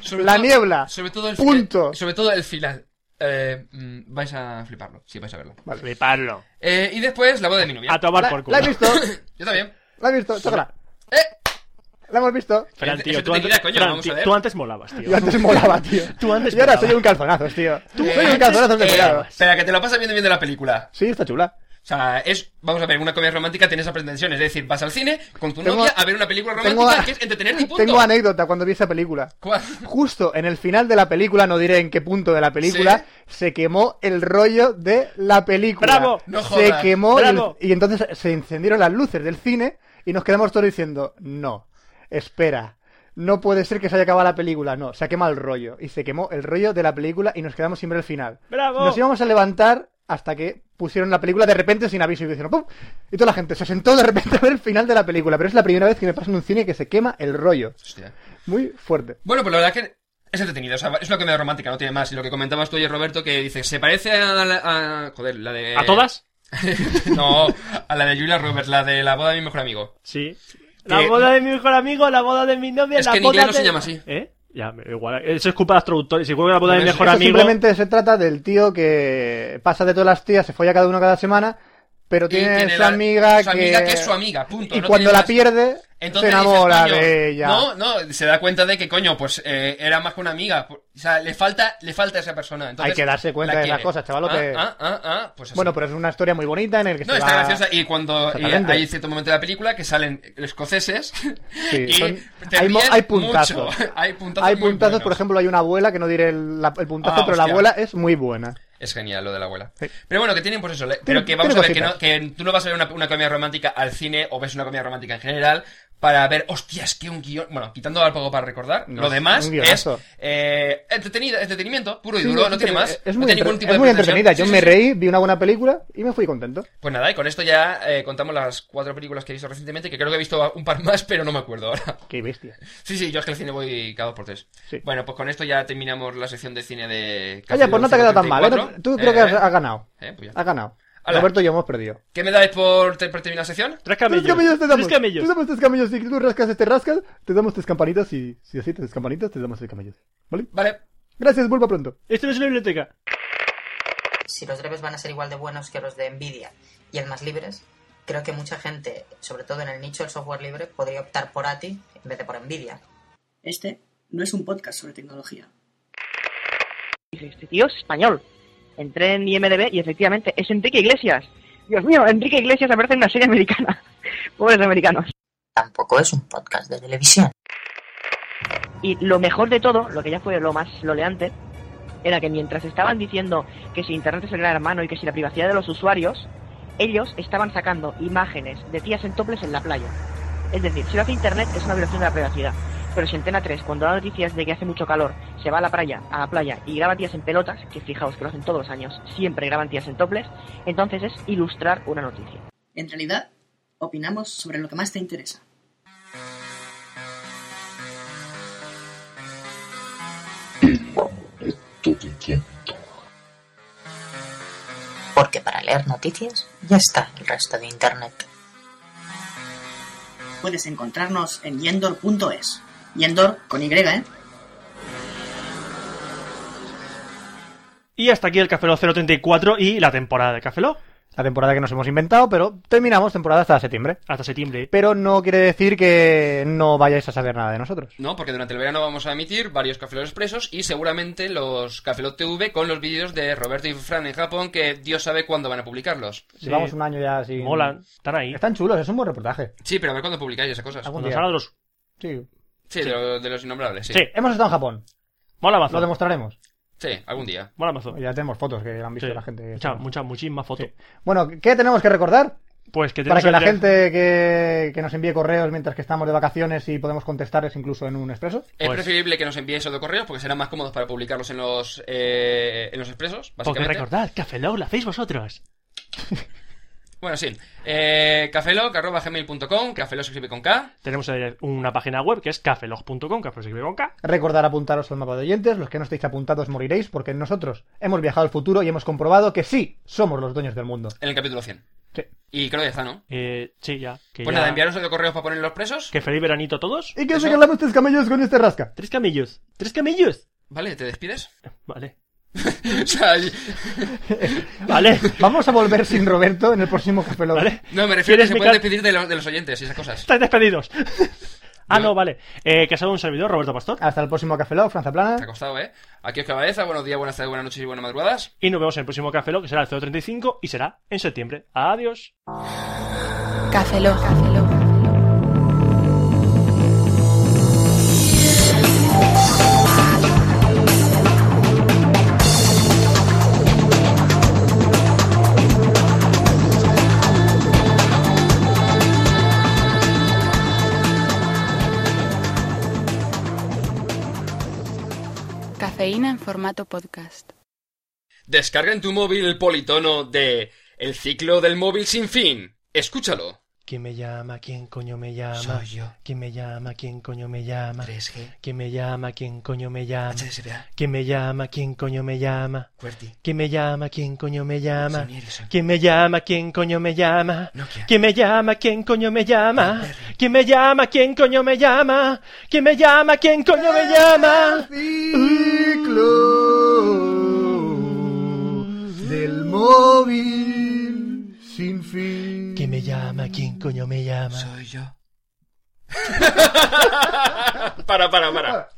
S3: Sobre
S5: La
S3: todo-
S5: niebla.
S3: Sobre todo el
S5: Punto.
S3: eh, sobre todo el final. Eh, mm, vais a fliparlo. Sí, vais a verlo.
S1: Fliparlo.
S3: Eh, y después la voz de mi novia.
S1: A tomar
S5: La,
S1: por culo.
S5: la he visto,
S3: Yo también.
S5: la he visto, chócala.
S3: ¡Eh!
S5: La hemos visto.
S1: Fran,
S3: Es-
S1: tío,
S3: es
S1: tú antes,
S3: utilidad, coño,
S1: Fran,
S3: vamos a
S1: tío,
S3: ver.
S1: tú antes molabas, tío.
S5: Yo antes molaba, tío.
S1: Tú antes
S5: Y ahora
S1: molabas.
S5: soy un calzonazos, tío.
S3: Eh,
S5: soy un calzonazo de
S3: eh,
S5: pegado.
S3: Espera, que te lo pasas viendo viendo la película.
S5: Sí, está chula.
S3: O sea, es, vamos a ver, una comedia romántica tiene esa pretensión. Es decir, vas al cine con tu
S5: Tengo-
S3: novia a ver una película
S5: Tengo,
S3: romántica que es entretenerte y punto.
S5: tengo anécdota cuando vi esa película.
S3: ¿Cuál?
S5: Justo en el final de la película, no diré en qué punto de la película,
S3: Sí.
S5: se quemó el rollo de la película.
S1: ¡Bravo!
S3: No
S5: se
S3: jodas.
S5: quemó el-
S1: ¡Bravo!
S5: y entonces se encendieron las luces del cine y nos quedamos todos diciendo, no, espera. No puede ser que se haya acabado la película, no, se ha quemado el rollo. Y se quemó el rollo de la película y nos quedamos sin ver el final.
S1: ¡Bravo!
S5: Nos íbamos a levantar hasta que pusieron la película de repente sin aviso y dijeron ¡pum! Y toda la gente se sentó de repente a ver el final de la película. Pero es la primera vez que me pasa en un cine que se quema el rollo.
S3: Hostia.
S5: Muy fuerte.
S3: Bueno, pues la verdad que es entretenido, o sea, es una comedia romántica, no tiene más. Y lo que comentabas tú y Roberto, que dice, se parece a la... a- joder, la de...
S1: ¿A todas?
S3: no, a la de Julia Roberts, la de la boda de mi mejor amigo.
S1: Sí.
S3: Eh,
S1: La boda de mi mejor amigo, la boda de mi novia,
S3: Es
S1: la
S3: que en
S1: boda
S3: inglés no
S1: de-
S3: se llama así.
S1: ¿Eh? Ya, me- igual. Eso es culpa de los traductores. Igual que la boda de mi
S3: Pero
S1: mejor
S5: Eso
S1: amigo.
S5: simplemente se trata del tío que pasa de todas las tías, se folla cada uno cada semana, pero
S3: Y
S5: tiene,
S3: tiene
S5: su
S3: la-
S5: amiga
S3: su
S5: que...
S3: amiga que es su amiga, punto,
S5: Y
S3: no
S5: cuando
S3: tiene
S5: la
S3: más.
S5: pierde,
S3: Entonces
S5: se enamora
S3: dices, coño,
S5: de ella.
S3: No, no, se da cuenta de que, coño, pues eh, era más que una amiga. O sea, le falta, le falta a esa persona. Entonces,
S5: Hay que darse cuenta
S3: la
S5: de esas
S3: quiere.
S5: cosas, chavalote.
S3: Ah, ah, ah, ah, pues así.
S5: Bueno, pero es una historia muy bonita en el que
S3: No,
S5: se
S3: está
S5: va-
S3: graciosa. Y cuando y
S5: Exactamente.
S3: hay cierto momento de la película que salen escoceses.
S5: Sí,
S3: y
S5: son-
S3: te
S5: hay, mo-
S3: ríes
S5: hay puntazos.
S3: mucho. hay puntazos.
S5: Hay
S3: muy
S5: puntazos, por
S3: buenos.
S5: ejemplo, hay una abuela que no diré el, la- el puntazo,
S3: Ah,
S5: pero la
S3: hostia.
S5: abuela es muy buena.
S3: Es genial lo de la abuela.
S5: Sí.
S3: Pero bueno, que tienen pues eso. le-
S5: Tiene-
S3: Pero que vamos a
S5: tiene
S3: ver, que, no- que tú no vas a ver una, una comedia romántica al cine o ves una comedia romántica en general para ver, hostias, que un guión. Bueno, quitando algo para recordar,
S5: No,
S3: lo
S5: es
S3: demás
S5: un
S3: es
S5: guionazo.
S3: eh, entretenido, entretenimiento puro y
S5: Sí,
S3: duro, no
S5: es
S3: tiene
S5: entreten-
S3: más.
S5: Es
S3: no
S5: muy,
S3: tiene
S5: entre-
S3: ningún tipo de
S5: es muy
S3: pretensión.
S5: entretenida.
S3: Sí,
S5: Yo
S3: sí,
S5: me
S3: sí.
S5: reí, vi una buena película y me fui contento.
S3: Pues nada, y con esto ya eh, contamos las cuatro películas que he visto recientemente, que creo que he visto un par más, pero no me acuerdo ahora.
S5: Qué bestia.
S3: Sí, sí, yo es que al cine voy cada dos por tres.
S5: Sí.
S3: Bueno, pues con esto ya terminamos la sección de cine de...
S5: Oye, pues no te ha quedado tan mal. ¿eh?
S3: 34.
S5: Tú creo
S3: Eh,
S5: que has, has ganado.
S3: eh, pues ya.
S5: Has ganado.
S3: Hala.
S5: Roberto y yo hemos perdido.
S3: ¿Qué me dais por, te- por terminar la sección?
S1: Tres
S5: Tres
S1: camellos.
S5: camellos te damos.
S1: Tres camellos.
S5: Te damos tres camellos. Si tú rascas este rascas, te damos tres campanitas y si así tres campanitas, te damos tres camellos. ¿Vale?
S3: Vale.
S5: Gracias, vuelva pronto.
S1: Esto no es una biblioteca.
S9: si los drivers van a ser igual de buenos que los de Nvidia y además libres, creo que mucha gente, sobre todo en el nicho del software libre, podría optar por ATI en vez de por Nvidia.
S10: Este no es un podcast sobre tecnología.
S11: Dice, este tío es español. Entré en IMDB y efectivamente es Enrique Iglesias. Dios mío, Enrique Iglesias aparece en una serie americana. Pobres americanos.
S9: Tampoco es un podcast de televisión.
S11: Y lo mejor de todo, lo que ya fue lo más loleante, era que mientras estaban diciendo que si Internet es el gran hermano y que si la privacidad de los usuarios, ellos estaban sacando imágenes de tías en toples en la playa. Es decir, si lo hace Internet es una violación de la privacidad. Pero si Antena 3, cuando da noticias de que hace mucho calor, se va a la playa, a la playa y graba tías en pelotas, que fijaos que lo hacen todos los años, siempre graban tías en toples, entonces es ilustrar una noticia.
S10: En realidad, opinamos sobre lo que más te interesa.
S9: Porque para leer noticias ya está el resto de Internet.
S10: Puedes encontrarnos en yendor.es. Yendor con Y, ¿eh?
S1: Y hasta aquí el Café Lock 034 y la temporada de Café Lock.
S5: La temporada que nos hemos inventado, pero terminamos temporada hasta septiembre.
S1: Hasta septiembre.
S5: Pero no quiere decir que no vayáis a saber nada de nosotros.
S3: No, porque durante el verano vamos a emitir varios Cafelot expresos y seguramente los Cafelot TV con los vídeos de Roberto y Fran en Japón que Dios sabe cuándo van a publicarlos.
S5: Llevamos un año ya sin...
S1: Molan, están ahí.
S5: Están chulos, es un buen reportaje.
S3: Sí, pero a ver cuándo publicáis esas cosas.
S5: Algún
S1: Cuando
S5: día.
S1: salgan los...
S5: Sí.
S3: Sí, De, lo- de los innombrables, sí.
S1: Sí.
S5: Hemos estado en Japón.
S1: Mola
S5: Lo
S1: mazo.
S5: demostraremos.
S3: Sí, algún día.
S1: Mola mazo.
S5: Ya tenemos fotos que han visto
S1: Sí.
S5: la gente.
S1: Mucha, mucha, muchísima foto.
S5: Bueno, ¿qué tenemos que recordar?
S1: Pues que
S5: Para
S1: tenemos
S5: que la
S1: el-
S5: gente que, que nos envíe correos mientras que estamos de vacaciones y podemos contestarles incluso en un expreso.
S3: Es
S1: Pues-
S3: preferible que nos enviéis los de correos porque serán más cómodos para publicarlos en los, eh, en los expresos,
S1: Porque
S3: básicamente.
S1: recordad, Café Lock la hacéis vosotros.
S3: Bueno, sí. Eh, cafeloc.gmail.com, cafeloc se escribe con K.
S1: Tenemos eh, una página web que es cafelog.com, café se escribe con K.
S5: Recordar apuntaros al mapa de oyentes, los que no estéis apuntados moriréis porque nosotros hemos viajado al futuro y hemos comprobado que sí, somos los dueños del mundo.
S3: en el capítulo 100.
S5: Sí.
S3: Y creo que ya está, ¿no?
S1: Eh, sí, ya. Que
S3: Pues
S1: ya-
S3: nada, enviaros los de correos para poner los presos.
S1: Que feliz veranito a todos.
S5: ¿Y qué
S3: Eso-
S5: se calamos tres camellos con este rasca?
S1: Tres camellos. Tres camellos.
S3: Vale, ¿te despides?
S1: Vale.
S3: o sea, y-
S1: Vale.
S5: Vamos a volver sin Roberto en el próximo Café Lock.
S1: Vale.
S3: no, me refiero a que
S1: ¿Quieres
S3: se
S1: mi
S3: pueden
S1: cal-
S3: despedir de los, de los oyentes y esas cosas.
S1: Estáis despedidos. ah,
S3: No.
S1: no, vale. Eh, que sea un servidor, Roberto Pastor.
S5: Hasta el próximo Café Lock, Franza
S3: Te ha
S5: Plana.
S3: costado, ¿eh? Aquí os cabeza, buenos días, buenas tardes, buenas noches y buenas madrugadas.
S1: Y nos vemos en el próximo Café Lock, que será el 035 y será en septiembre. Adiós.
S4: Café Lock. Cafeína en formato podcast.
S3: Descarga en tu móvil el politono de El ciclo del móvil sin fin. Escúchalo.
S1: ¿Quién me llama? ¿Quién coño me llama?
S3: yo,
S1: ¿Quién me llama? ¿Quién coño me llama?
S3: 3G,
S1: ¿Quién me llama? ¿Quién coño me llama?
S3: HSPA,
S1: ¿Quién me llama? ¿Quién coño me llama?
S3: QWERTY,
S1: ¿Quién me llama? ¿Quién coño me llama?
S3: Ericsson,
S1: ¿Quién me llama? ¿Quién coño me llama?
S3: Nokia,
S1: ¿Quién me llama? ¿Quién coño me llama?
S3: Blackberry.
S1: ¿Quién me llama? ¿Quién coño me llama? ¿Quién me llama? ¿Quién coño me llama?
S5: del móvil sin fin.
S1: ¿Quién me llama? ¿Quién coño me llama?
S3: soy yo. para, para, para.